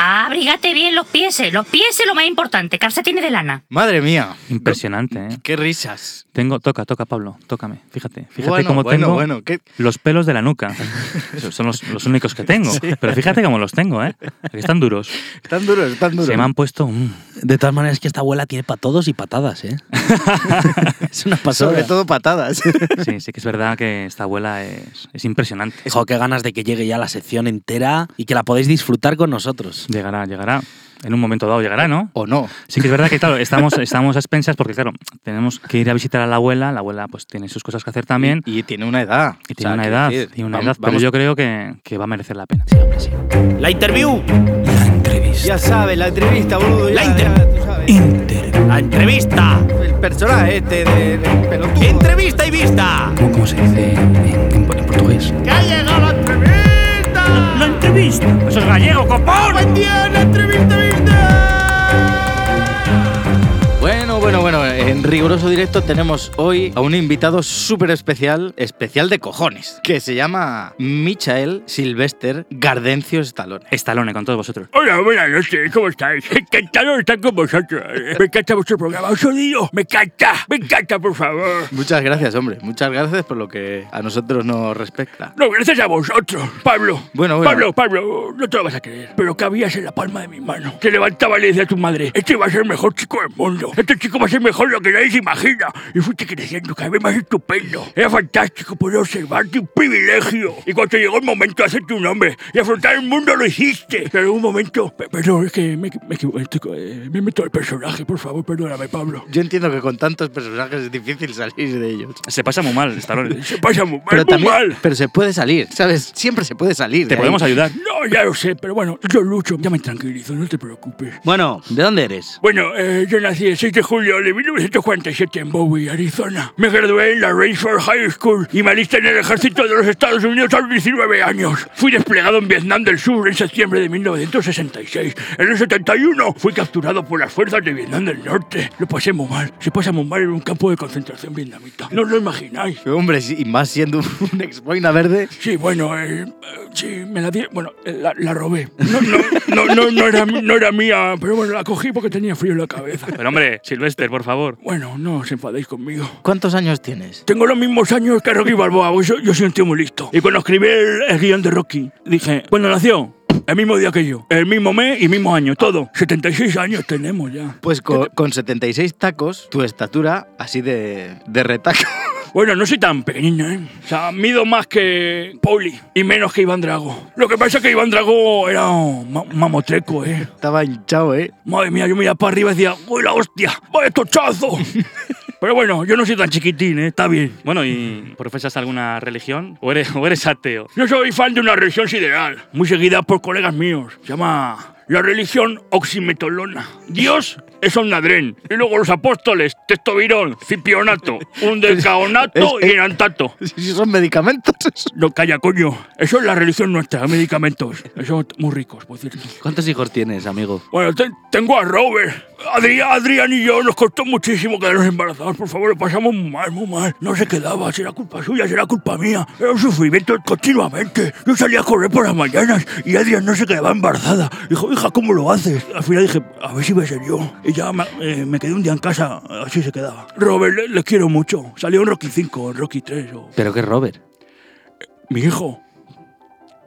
S10: Abrígate bien los pies, eh, los pies es lo más importante, calcetines de lana.
S3: Madre mía,
S1: Impresionante, ¿eh?
S3: qué risas.
S1: Tengo, toca, toca, Pablo, tócame. Fíjate, fíjate
S3: bueno,
S1: cómo
S3: bueno,
S1: tengo
S3: bueno, qué-
S1: los pelos de la nuca. Esos son los, los únicos que tengo. Pero fíjate cómo los tengo, ¿eh? Aquí están duros.
S3: Tan duros, tan duros.
S1: Se me han puesto. mm,
S2: De todas maneras, que esta abuela tiene para todos y patadas, ¿eh? es una pasada.
S3: Sobre todo patadas.
S1: Sí, sí que es verdad que esta abuela es, es impresionante.
S2: Hijo, qué ganas de que llegue ya la sección entera y que la podéis disfrutar con nosotros.
S1: Llegará, llegará. En un momento dado llegará, ¿no?
S3: o no.
S1: Sí que es verdad que, claro, estamos, estamos a expensas porque, claro, tenemos que ir a visitar a la abuela. La abuela, pues, tiene sus cosas que hacer también.
S3: Y, y tiene una edad.
S1: Y
S3: O
S1: tiene
S3: sea,
S1: una
S3: quiero
S1: edad,
S3: decir,
S1: tiene una
S3: vam-
S1: edad, pero
S3: vamos-
S1: yo creo que, que va a merecer la pena.
S6: La interview.
S4: La entrevista.
S6: Ya sabes, la entrevista, boludo.
S4: La
S6: ya,
S4: inter-
S6: ya, tú sabes.
S4: Inter.
S6: La entrevista.
S3: El personaje este de, de pelotudo.
S6: Entrevista y vista.
S4: ¿Cómo, cómo se dice en, en- en portugués?
S6: ¡Ya llegó la entrevista!
S4: La entrevista.
S1: ¡Eso es gallego, copón!
S6: ¡Buen día, la entrevista, vista!
S3: Bueno, bueno, bueno. En, en riguroso directo tenemos hoy a un invitado súper especial, especial de cojones, que se llama Michael Sylvester Gardencio Stallone.
S1: Estalone con todos vosotros.
S11: Hola, buenas noches, ¿cómo estáis? Encantado de estar con vosotros. Me encanta vuestro programa, os odio. Me encanta, me encanta, por favor.
S3: Muchas gracias, hombre. Muchas gracias por lo que a nosotros nos respecta.
S11: No, gracias a vosotros, Pablo.
S3: Bueno, bueno.
S11: Pablo, Pablo, no te lo vas a creer. Pero cabías en la palma de mi mano. Te levantaba y le decía a tu madre, este va a ser el mejor chico del mundo. Este chico va a ser mejor lo que nadie se imagina. Y fuiste creciendo cada vez más estupendo. Era fantástico poder observarte, un privilegio. Y cuando llegó el momento de hacerte un hombre y afrontar el mundo, lo hiciste. Pero en un momento, pe- perdón, es que me, me equivoqué, estoy- eh, me meto al personaje, por favor, perdóname, Pablo.
S3: Yo entiendo que con tantos personajes es difícil salir de ellos.
S1: Se pasa muy mal, Estalone.
S11: Se pasa muy mal,
S3: Pero
S11: muy
S3: también,
S11: mal.
S3: pero se puede salir, ¿sabes? Siempre se puede salir. de
S1: Te
S3: ahí.
S1: podemos ayudar.
S11: No, ya lo sé, pero bueno, yo lucho, ya me tranquilizo, no te preocupes.
S3: Bueno, ¿de dónde eres?
S11: Bueno, eh, yo nací el 6 de julio de 1947 en Bowie, Arizona. Me gradué en la Rayford High School y me alisté en el ejército de los Estados Unidos a los 19 años. Fui desplegado en Vietnam del Sur en septiembre de 1966. En el 71 fui capturado por las fuerzas de Vietnam del Norte. Lo pasé muy mal. Se pasa muy mal en un campo de concentración vietnamita. No os lo imagináis.
S3: Hombre, sí, y más siendo un ex boina verde.
S11: Sí, bueno, eh, eh, sí, me la di, bueno, eh, la, la robé. No, no, no, no, no era, mi- no era mía, pero bueno, la cogí porque tenía frío en la cabeza.
S1: Pero hombre, Silvester, por favor.
S11: Bueno, no os enfadéis conmigo.
S3: ¿Cuántos años tienes?
S11: Tengo los mismos años que Rocky Balboa, yo, yo soy un tío muy listo. Y cuando escribí el, el guión de Rocky, dije, ¿cuándo nació? El mismo día que yo, el mismo mes y mismo año, todo. 76 años tenemos ya.
S3: Pues co- con 76 tacos, tu estatura así de, de retaco.
S11: Bueno, no soy tan pequeño, ¿eh? O sea, mido más que Pauli y menos que Iván Drago. Lo que pasa es que Iván Drago era un ma- mamotreco, ¿eh?
S3: Estaba hinchado, ¿eh?
S11: Madre mía, yo miraba para arriba y decía, ¡Uy, la hostia! ¡Vaya tochazo! Pero bueno, yo no soy tan chiquitín, ¿eh? está bien.
S1: Bueno, ¿y profesas alguna religión? ¿O eres, o eres ateo?
S11: Yo soy fan de una religión sideral, muy seguida por colegas míos. Se llama la religión oximetolona. Dios es Omnadren. Y luego los apóstoles, Testovirón, Cipionato, Undelcaonato
S3: Es- es-
S11: y Enantato.
S3: Si son medicamentos.
S11: No, calla, coño. Eso es la religión nuestra, medicamentos. Eso muy ricos, por cierto.
S3: ¿Cuántos hijos tienes, amigo?
S11: Bueno, te- tengo a Robert. Adri- Adrián y yo nos costó muchísimo quedarnos embarazados. Por favor, lo pasamos muy mal, muy mal. No se quedaba. Será culpa suya, será culpa mía. Era un sufrimiento continuamente. Yo salía a correr por las mañanas y Adrián no se quedaba embarazada. Dijo, hija, ¿cómo lo haces? Al final dije, a ver si voy a ser yo. Y ya me, eh, me quedé un día en casa. Así se quedaba. Robert, le, le quiero mucho. Salió en Rocky 5, en Rocky 3. O...
S3: ¿Pero qué Robert?
S11: Mi hijo.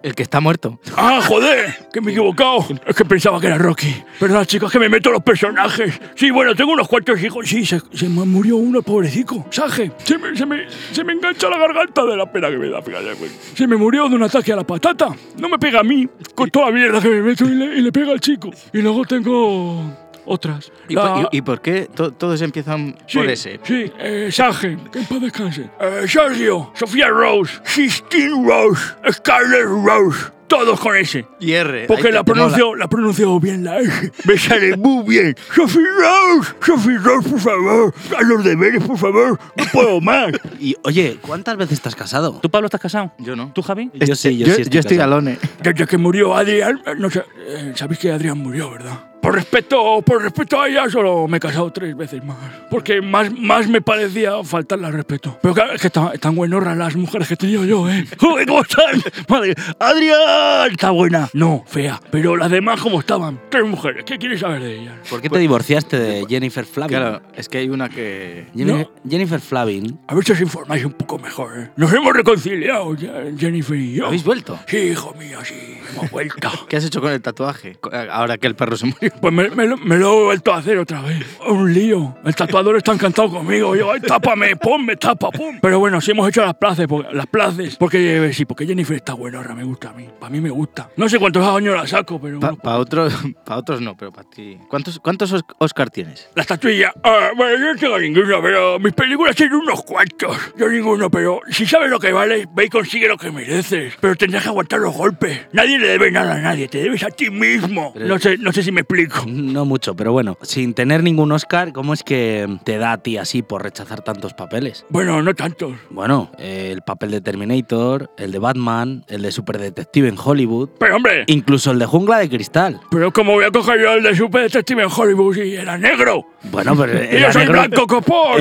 S3: El que está muerto.
S11: ¡Ah, joder! Que me he equivocado. Es que pensaba que era Rocky. Perdón, chicos, que me meto en los personajes. Sí, bueno, tengo unos cuantos hijos. Sí, se, se me murió uno, pobrecito. Saje. Se me, se, me, se me engancha la garganta de la pena que me da. fíjate, güey. Se me murió de un ataque a la patata. No me pega a mí. Con toda la mierda que me meto y le, y le pega al chico. Y luego tengo otras.
S3: ¿Y,
S11: La-
S3: por, y- y por qué to- todos empiezan
S11: Sí,
S3: por ese?
S11: Sí, eh, Sage, que en paz descanse. Eh, Sergio, Sofía Rose, Sistine Rose, Scarlett Rose. Todos con ese.
S3: Y R.
S11: Porque la
S3: pronunciación.
S11: pronuncio, la pronuncio bien la E. S. Me sale muy bien. Sophie Rose, Sophie Rose, por favor. A los deberes, por favor. No puedo más.
S2: Y oye, ¿cuántas veces estás casado?
S1: ¿Tú, Pablo, estás casado?
S3: Yo no.
S1: ¿Tú, Javi?
S2: Yo sí, yo sí estoy
S3: Este, Yo estoy
S2: casado.
S3: galone.
S11: Desde que murió Adrián, eh, no sé, eh, sabéis que Adrián murió, ¿verdad? Por respeto, por respeto a ella, solo me he casado tres veces más. Porque más, más me parecía faltarle al respeto. Pero claro, es que están, están buenorras las mujeres que he tenido yo, ¿eh? ¡Uy, cómo están! ¡Madre! ¡Adrián! Está buena. No, fea. Pero las demás, ¿cómo estaban? Tres mujeres. ¿Qué quieres saber de ellas?
S2: ¿Por qué te divorciaste de Jennifer Flavin?
S3: Claro, es que hay una que.
S2: Jennifer, Jennifer Flavin.
S11: A ver si os informáis un poco mejor. ¿eh? Nos hemos reconciliado, ya, Jennifer y yo.
S3: ¿Habéis vuelto?
S11: Sí, hijo mío, sí. Hemos vuelto.
S3: ¿Qué has hecho con el tatuaje? Co- eh, Ahora que el perro se murió.
S11: Pues me, me lo, me lo he vuelto a hacer otra vez. Un lío. El tatuador está encantado conmigo. Yo, ay, tápame, ponme, tapa, pum. Pero bueno, sí hemos hecho las places. Porque, las places. Porque eh, sí, porque Jennifer está buena ahora, me gusta a mí. Para mí me gusta. No sé cuántos años la saco, pero.
S3: Para
S11: bueno,
S3: otros, pa otros no, pero para ti. ¿Cuántos, cuántos Os- Oscar tienes?
S11: La estatuilla. Ah, bueno, yo no tengo ninguno, pero mis películas tienen unos cuantos. Yo ninguno, pero si sabes lo que vale, ve y consigue lo que mereces. Pero tendrás que aguantar los golpes. Nadie le debe nada a nadie, te debes a ti mismo.
S3: Pero-
S11: no, sé, no sé si me explico. poquitico.
S2: No mucho, pero bueno, sin tener ningún Oscar, ¿cómo es que te da a ti así por rechazar tantos papeles?
S11: Bueno, no tantos.
S2: Bueno, eh, el papel de Terminator, el de Batman, el de Superdetective en Hollywood.
S11: Pero hombre,
S2: Incluso el de Jungla de Cristal.
S11: pero ¿cómo voy a coger yo el de Super Detective en Hollywood si era negro?
S2: Bueno, pero
S11: Y yo
S2: era
S11: soy
S2: negro,
S11: blanco, copón.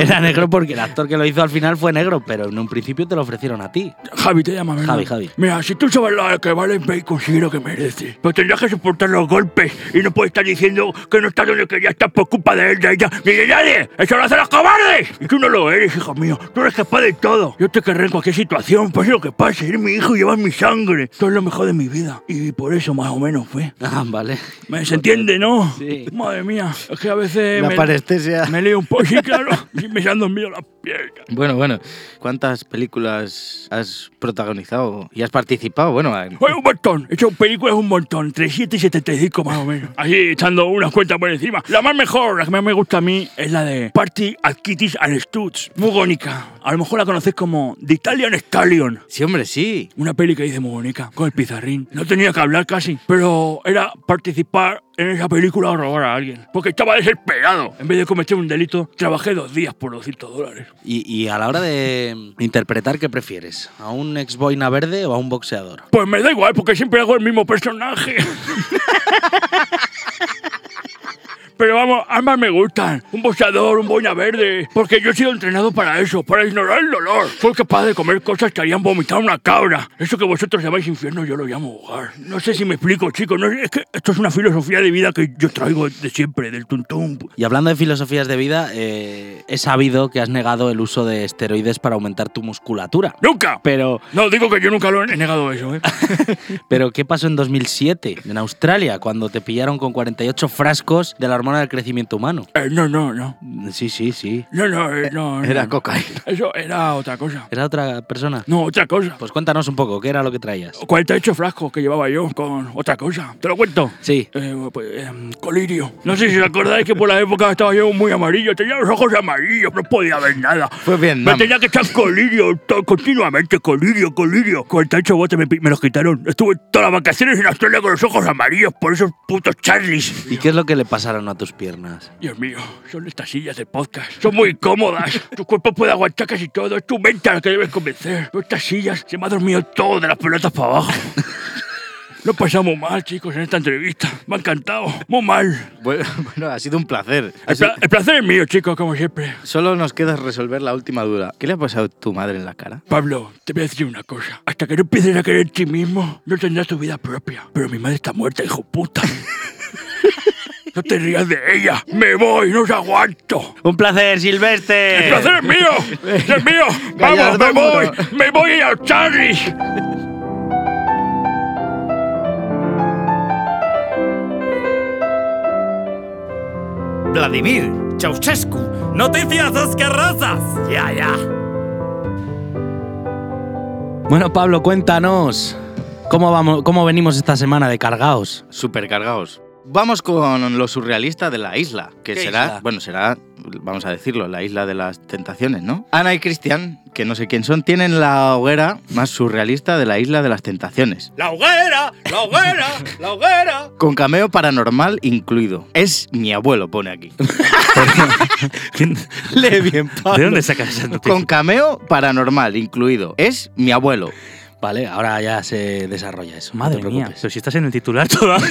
S2: era negro porque el actor que lo hizo al final fue negro, pero en un principio te lo ofrecieron a ti.
S11: Javi te llama, ¿verdad?
S2: Javi, Javi.
S11: Mira, si tú sabes la que vale ve y consigue lo que merece. Pero tendrás que soportar los golpes y no puedes estar diciendo que no estás donde querías estar por culpa de él, de ella, ni de nadie. ¡Eso lo hacen los cobardes! Y tú no lo eres, hijo mío. Tú eres capaz de todo. Yo te querré en cualquier situación, pase lo que pase. Eres mi hijo y llevas mi sangre. Tú es lo mejor de mi vida. Y por eso más o menos fue.
S2: Ah, vale.
S11: ¿Me se entiende, no?
S2: Sí.
S11: Madre mía, es que a veces
S2: La
S11: me,
S2: parestesia.
S11: me leo un poco, sí, claro, y me se han dormido las piernas.
S3: Bueno, bueno. ¿Cuántas películas has protagonizado y has participado? Bueno, en-
S11: Fue un montón, he hecho películas un montón, entre 7 y 75 más o menos. Así echando unas cuentas por encima. La más mejor, la que más me gusta a mí, es la de Party at Kitties and Stutz, muy gónica. A lo mejor la conocéis como The Italian Stallion.
S3: sí, hombre, sí.
S11: Una peli que hice muy bonita, con el pizarrín. No tenía que hablar casi, pero era participar en esa película o robar a alguien. Porque estaba desesperado. En vez de cometer un delito, trabajé dos días por 200 dólares.
S2: Y, y a la hora de interpretar, ¿qué prefieres? ¿A un ex boina verde o a un boxeador?
S11: Pues me da igual, porque siempre hago el mismo personaje. Pero vamos, ambas me gustan. Un boxeador, un boina verde. Porque yo he sido entrenado para eso, para ignorar el dolor. Soy capaz de comer cosas que harían vomitar una cabra. Eso que vosotros llamáis infierno, yo lo llamo hogar. No sé si me explico, chicos. No, es que esto es una filosofía de vida que yo traigo de siempre, del tuntún.
S2: Y hablando de filosofías de vida, eh, he sabido que has negado el uso de esteroides para aumentar tu musculatura.
S11: ¡Nunca!
S2: Pero,
S11: No, digo que yo nunca lo he negado eso, ¿eh?
S2: pero, ¿qué pasó en 2007 en Australia cuando te pillaron con 48 frascos de la hormona del crecimiento humano?
S11: Eh, no, no, no.
S2: Sí, sí, sí.
S11: No, no, eh, no. no.
S3: Era cocaína.
S11: Eso era otra cosa.
S2: ¿Era otra persona?
S11: No, otra cosa.
S2: Pues cuéntanos un poco, ¿qué era lo que traías?
S11: 48 frascos que llevaba yo con otra cosa. ¿Te lo cuento?
S2: Sí.
S11: Eh, pues, em, colirio. No sé si os acordáis que por la época estaba yo muy amarillo, tenía los ojos amarillos, no podía ver nada.
S3: Fue bien,
S11: Me tenía que echar colirio to- continuamente, colirio, colirio. 48 botes me, pi- me los quitaron. Estuve todas las vacaciones en Australia con los ojos amarillos por esos putos Charlies.
S2: ¿Y qué es lo que le pasaron a tus piernas?
S11: Dios mío, son estas sillas de podcast. Son muy cómodas. Tu cuerpo puede aguantar casi todo. Es tu mente a la que debes convencer. Pero estas sillas se me ha dormido todo de las pelotas para abajo. Lo pasamos mal, chicos, en esta entrevista. Me ha encantado. Muy mal.
S3: Bueno, bueno, ha sido un placer. Ha
S11: El,
S3: sido-
S11: pla- el placer es mío, chicos, como siempre.
S3: Solo nos queda resolver la última duda. ¿Qué le ha pasado a tu madre en la cara?
S11: Pablo, te voy a decir una cosa. Hasta que no empieces a creer en ti mismo, no tendrás tu vida propia. Pero mi madre está muerta, hijo puta. No te rías de ella. Me voy, no os aguanto.
S2: ¡Un placer, Silvestre!
S11: ¡El placer es mío! ¡Es mío! ¡Vamos, me
S3: Eh. Gallardo
S11: voy!
S3: duro.
S11: ¡Me voy a Charlie!
S6: Vladimir Ceausescu. Noticias asquerosas. Ya, ya.
S2: Bueno, Pablo, cuéntanos. ¿Cómo, vamos, ¿Cómo venimos esta semana de cargaos?
S3: Supercargaos. Vamos con lo surrealista de la isla, que
S2: ¿Qué
S3: será,
S2: isla?
S3: bueno, será, vamos a decirlo, la isla de las tentaciones, ¿no? Ana y Cristian, que no sé quién son, tienen la hoguera más surrealista de la isla de las tentaciones.
S6: La hoguera, la hoguera, la hoguera.
S3: Con cameo paranormal incluido. Es mi abuelo, pone aquí.
S1: ¿Quién-
S3: Lee bien,
S1: ¿De dónde sacas esa noticia?
S3: Con cameo paranormal incluido. Es mi abuelo.
S2: Vale, ahora ya se desarrolla eso.
S1: Madre
S2: no te
S1: mía,
S2: preocupes.
S1: pero si estás en el titular todavía.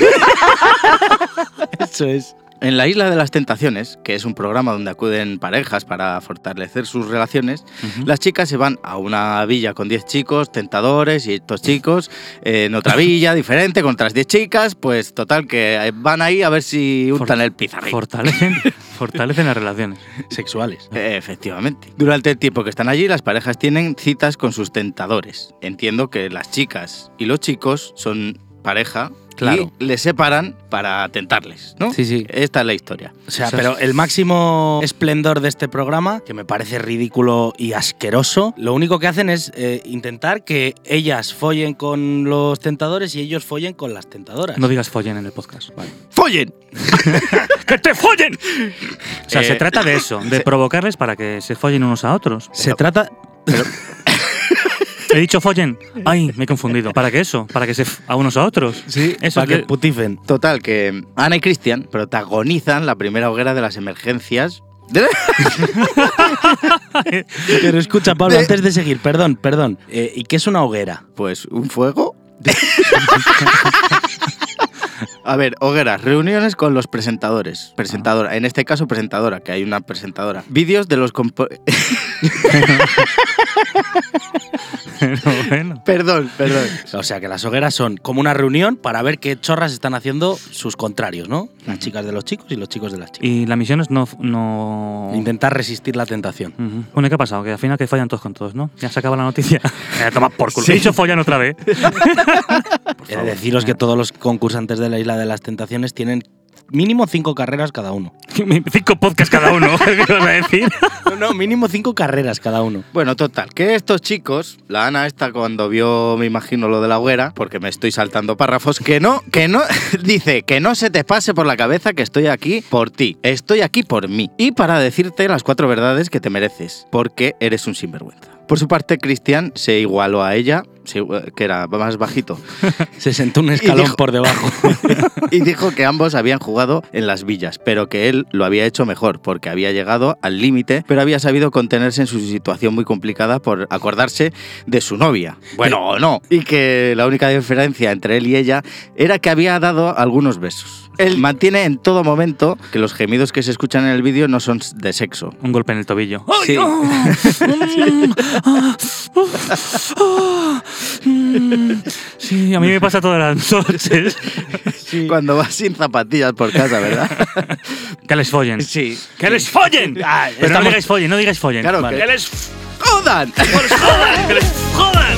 S2: Eso es.
S3: En la Isla de las Tentaciones, que es un programa donde acuden parejas para fortalecer sus relaciones, las chicas se van a una villa con 10 chicos, tentadores, y estos chicos eh, en otra villa diferente con otras 10 chicas, pues total que van ahí a ver si untan el pizarrín.
S1: Fortalecen, fortalecen las relaciones.
S2: Sexuales.
S3: Eh, Efectivamente. Durante el tiempo que están allí, las parejas tienen citas con sus tentadores. Entiendo que las chicas y los chicos son pareja
S2: Claro.
S3: y les separan para tentarles, ¿no?
S2: Sí, sí.
S3: Esta es la historia.
S2: O sea, pero el máximo esplendor de este programa, que me parece ridículo y asqueroso, lo único que hacen es eh, intentar que ellas follen con los tentadores y ellos follen con las tentadoras.
S1: No digas follen en el podcast.
S3: ¡Follen!
S11: ¡Que te follen!
S1: O sea, se
S3: Eh,
S1: trata de eso, de provocarles para que se follen unos a otros.
S2: Se trata...
S1: He dicho follen. Ay, me he confundido. ¿Para qué eso? ¿Para que se f- a unos a otros?
S2: Sí,
S1: eso
S2: para que
S1: que-
S2: putifen.
S3: Total, que Ana y Cristian protagonizan la primera hoguera de las emergencias.
S2: Pero escucha, Pablo,
S3: De-
S2: antes de seguir, perdón, perdón. Eh, ¿Y qué es una hoguera?
S3: Pues un fuego. A ver, hogueras, reuniones con los presentadores. Presentadora,
S2: Ah.
S3: en este caso presentadora, que hay una presentadora. Vídeos de los compo-
S1: Pero bueno.
S3: Perdón, perdón.
S2: O sea, que las hogueras son como una reunión para ver qué chorras están haciendo sus contrarios, ¿no? Las chicas de los chicos y los chicos de las chicas.
S1: Y la misión es no. no...
S2: Intentar resistir la tentación.
S1: Ujú. Bueno, ¿y qué ha pasado? Que al final que fallan todos con todos, ¿no? Ya se acaba la noticia. Eh, toma por culo.
S2: Sí.
S1: He dicho follan otra vez.
S2: He de deciros que todos los concursantes de la Isla de las Tentaciones tienen mínimo cinco carreras cada uno.
S1: Cinco podcasts cada uno. ¿Qué vas a decir?
S2: No, no, mínimo cinco carreras cada uno.
S3: Bueno, total, que estos chicos, la Ana esta cuando vio, me imagino, lo de la hoguera, porque me estoy saltando párrafos, que no, que no, dice, que no se te pase por la cabeza que estoy aquí por ti, estoy aquí por mí, y para decirte las cuatro verdades que te mereces, porque eres un sinvergüenza. Por su parte, Cristian se igualó a ella, se igua- que era más bajito,
S2: Se sentó un escalón
S3: dijo-
S2: por debajo.
S3: y dijo que ambos habían jugado en las villas, pero que él lo había hecho mejor porque había llegado al límite, pero había sabido contenerse en su situación muy complicada por acordarse de su novia. Bueno, o no. Y que la única diferencia entre él y ella era que había dado algunos besos. Él mantiene en todo momento que los gemidos que se escuchan en el vídeo no son de sexo.
S1: Un golpe en el tobillo.
S3: Sí.
S1: Sí, a mí me pasa todas las noches.
S3: Cuando vas sin zapatillas por casa, ¿verdad?
S1: Que les follen.
S3: Sí.
S1: ¡Que les follen!
S2: Ah,
S1: Pero no
S2: estamos-
S1: digáis follen, no digáis follen.
S3: Claro,
S1: Vale.
S3: que, les jodan.
S1: jodan! ¡Que les jodan!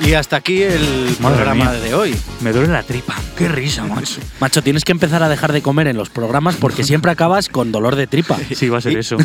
S3: Y hasta aquí el
S1: Madre
S3: programa
S1: mía.
S3: de hoy.
S1: Me duele la tripa. ¡Qué risa, macho!
S2: Macho, tienes que empezar a dejar de comer en los programas porque siempre acabas con dolor de tripa.
S1: Sí, va a ser eso.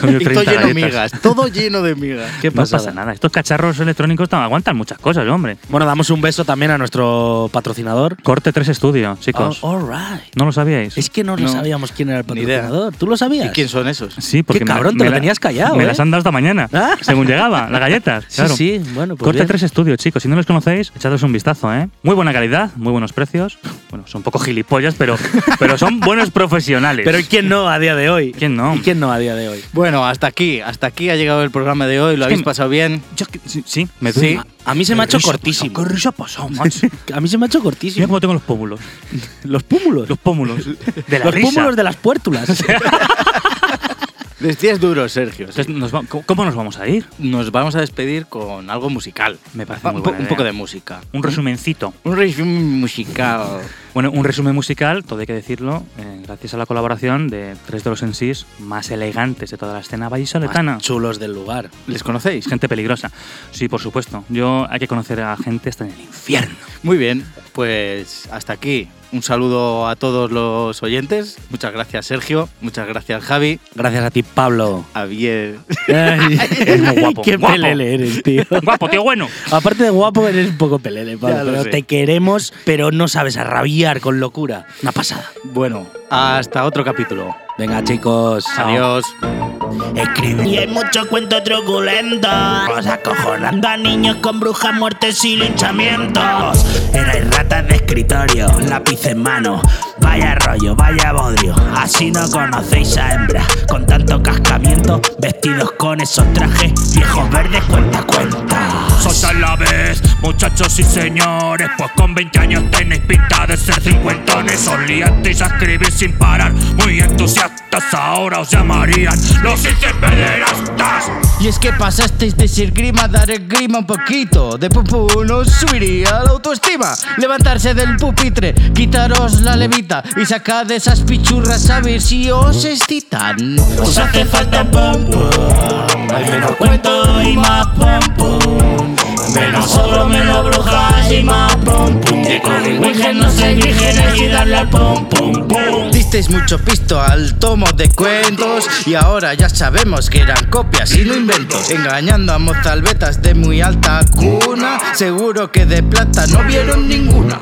S1: Comió
S3: Y
S1: 30
S3: todo lleno de
S1: galletas.
S3: migas, todo lleno de migas.
S2: Qué
S1: No
S2: pasada.
S1: pasa nada. Estos cacharros electrónicos tam- aguantan muchas cosas, hombre.
S2: Bueno, damos un beso también a nuestro patrocinador.
S1: Corte 3 Estudio, chicos.
S2: Oh, all right.
S1: ¿No lo sabíais?
S2: Es que no, lo
S3: No,
S2: sabíamos quién era el
S3: ni idea.
S2: patrocinador. ¿Tú lo sabías?
S3: ¿Y quién son esos?
S1: Sí, porque
S2: Qué
S1: me-
S2: cabrón,
S1: me
S2: te lo
S1: la-
S2: tenías callado,
S1: Me
S2: ¿eh?
S1: las han dado esta mañana,
S2: ¿Ah?
S1: según llegaba, las galletas.
S2: Sí,
S1: claro.
S2: sí, bueno, pues
S1: Corte
S2: bien.
S1: 3 Estudio, chicos. Si no los conocéis, echadles un vistazo, ¿eh? Muy buena calidad, muy buenos precios. Bueno, son un poco gilipollas, pero, pero son buenos profesionales.
S2: Pero ¿y ¿quién no a día de hoy?
S1: ¿Quién no?
S2: ¿Y quién no a día de hoy?
S3: Bueno, hasta aquí, hasta aquí ha llegado el programa de hoy. ¿Lo
S1: Es
S3: habéis
S1: que-
S3: pasado bien?
S1: Yo es que- sí, sí, me
S3: Sí.
S1: duele.
S2: A, a mí se me ha hecho cortísimo.
S1: ¿Qué risa ha pasado, macho?
S2: A mí se me ha hecho
S1: Mira
S2: cortísimo.
S1: cómo tengo los pómulos.
S2: Los púmulos.
S1: Los pómulos. De la
S2: Los
S1: risa.
S2: púmulos de las puértulas.
S3: Decías duro, Sergio.
S1: Entonces, nos va- ¿cómo- ¿Cómo nos vamos a ir?
S3: Nos vamos a despedir con algo musical.
S1: Me parece
S3: Va-
S1: muy
S3: un, po-
S1: buena
S3: un poco
S1: idea.
S3: de música.
S2: ¿Mm?
S1: Un resumencito.
S3: Un resumen musical.
S1: Bueno, un resumen musical, todo hay que decirlo, eh, gracias a la colaboración de tres de los en sís más elegantes de toda la escena vallisoletana.
S2: Más chulos del lugar.
S3: ¿Les conocéis?
S1: Gente peligrosa. Sí, por supuesto. Yo hay que conocer a gente hasta en el infierno.
S3: Muy bien, pues hasta aquí. Un saludo a todos los oyentes. Muchas gracias, Sergio. Muchas gracias, Javi.
S2: Gracias a ti, Pablo.
S3: Javier.
S2: Ay,
S1: Es muy guapo,
S2: Qué
S1: guapo.
S2: pelele eres, tío.
S1: Guapo, tío, bueno.
S2: Aparte de guapo, eres un poco pelele, Pablo.
S3: Ya lo
S2: pero
S3: sé.
S2: te queremos, pero no sabes arrabiar con locura. Una pasada.
S3: Bueno, hasta otro capítulo.
S2: Venga, chicos.
S3: Adiós.
S6: Y hay mucho cuento truculento. Cosas acojonando a niños con brujas, muertes y linchamientos. Erais ratas de escritorio, lápiz en mano. Vaya rollo, vaya bodrio. Así no conocéis a hembras. Con tanto cascamiento, vestidos con esos trajes. Viejos verdes, cuenta, cuenta.
S11: Sos a la vez, muchachos y señores, pues con 20 años tenéis pinta de ser cincuentones. Solíais a escribir sin parar, muy entusiastas, ahora os llamarían los pederastas.
S6: Y es que pasasteis de ser grima a dar el grima un poquito. De pupu uno subiría la autoestima. Levantarse del pupitre, quitaros la levita y sacad esas pichurras a ver si os excitan. Os hace falta pom pom, hay menos cuento y más pom pom. Menos oro, menos brujas y más pom pum. Que con el Wingen no se vírgenes y darle al pom pum pum.
S12: Disteis mucho pisto al tomo de cuentos y ahora ya sabemos que eran copias y no inventos. Engañando a mozalbetas de muy alta cuna, seguro que de plata no vieron ninguna.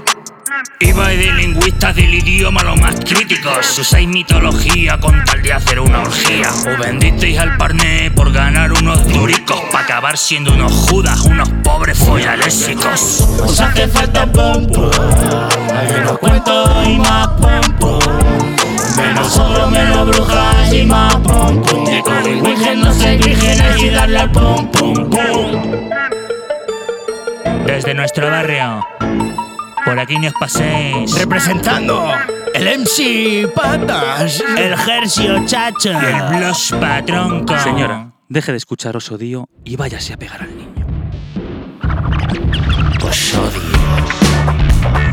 S1: Iba de lingüistas del idioma lo más críticos. Usáis mitología con tal de hacer una orgía. O vendisteis al parné por ganar unos duricos. Para acabar siendo unos judas, unos pobres follalésicos.
S3: Os hace falta pompo, menos cuentos y más pompo. Menos oro, menos brujas y más pom pum. De Corrigüingen no se dirigen y darle al pom pum pum.
S1: Desde nuestro barrio, por aquí ni os paséis.
S13: Representando el MC Patas,
S3: el Gercio Chacha,
S1: el Blos Patronco.
S11: Señora, deje de escucharos odio y váyase a pegar al niño.
S1: Os odio.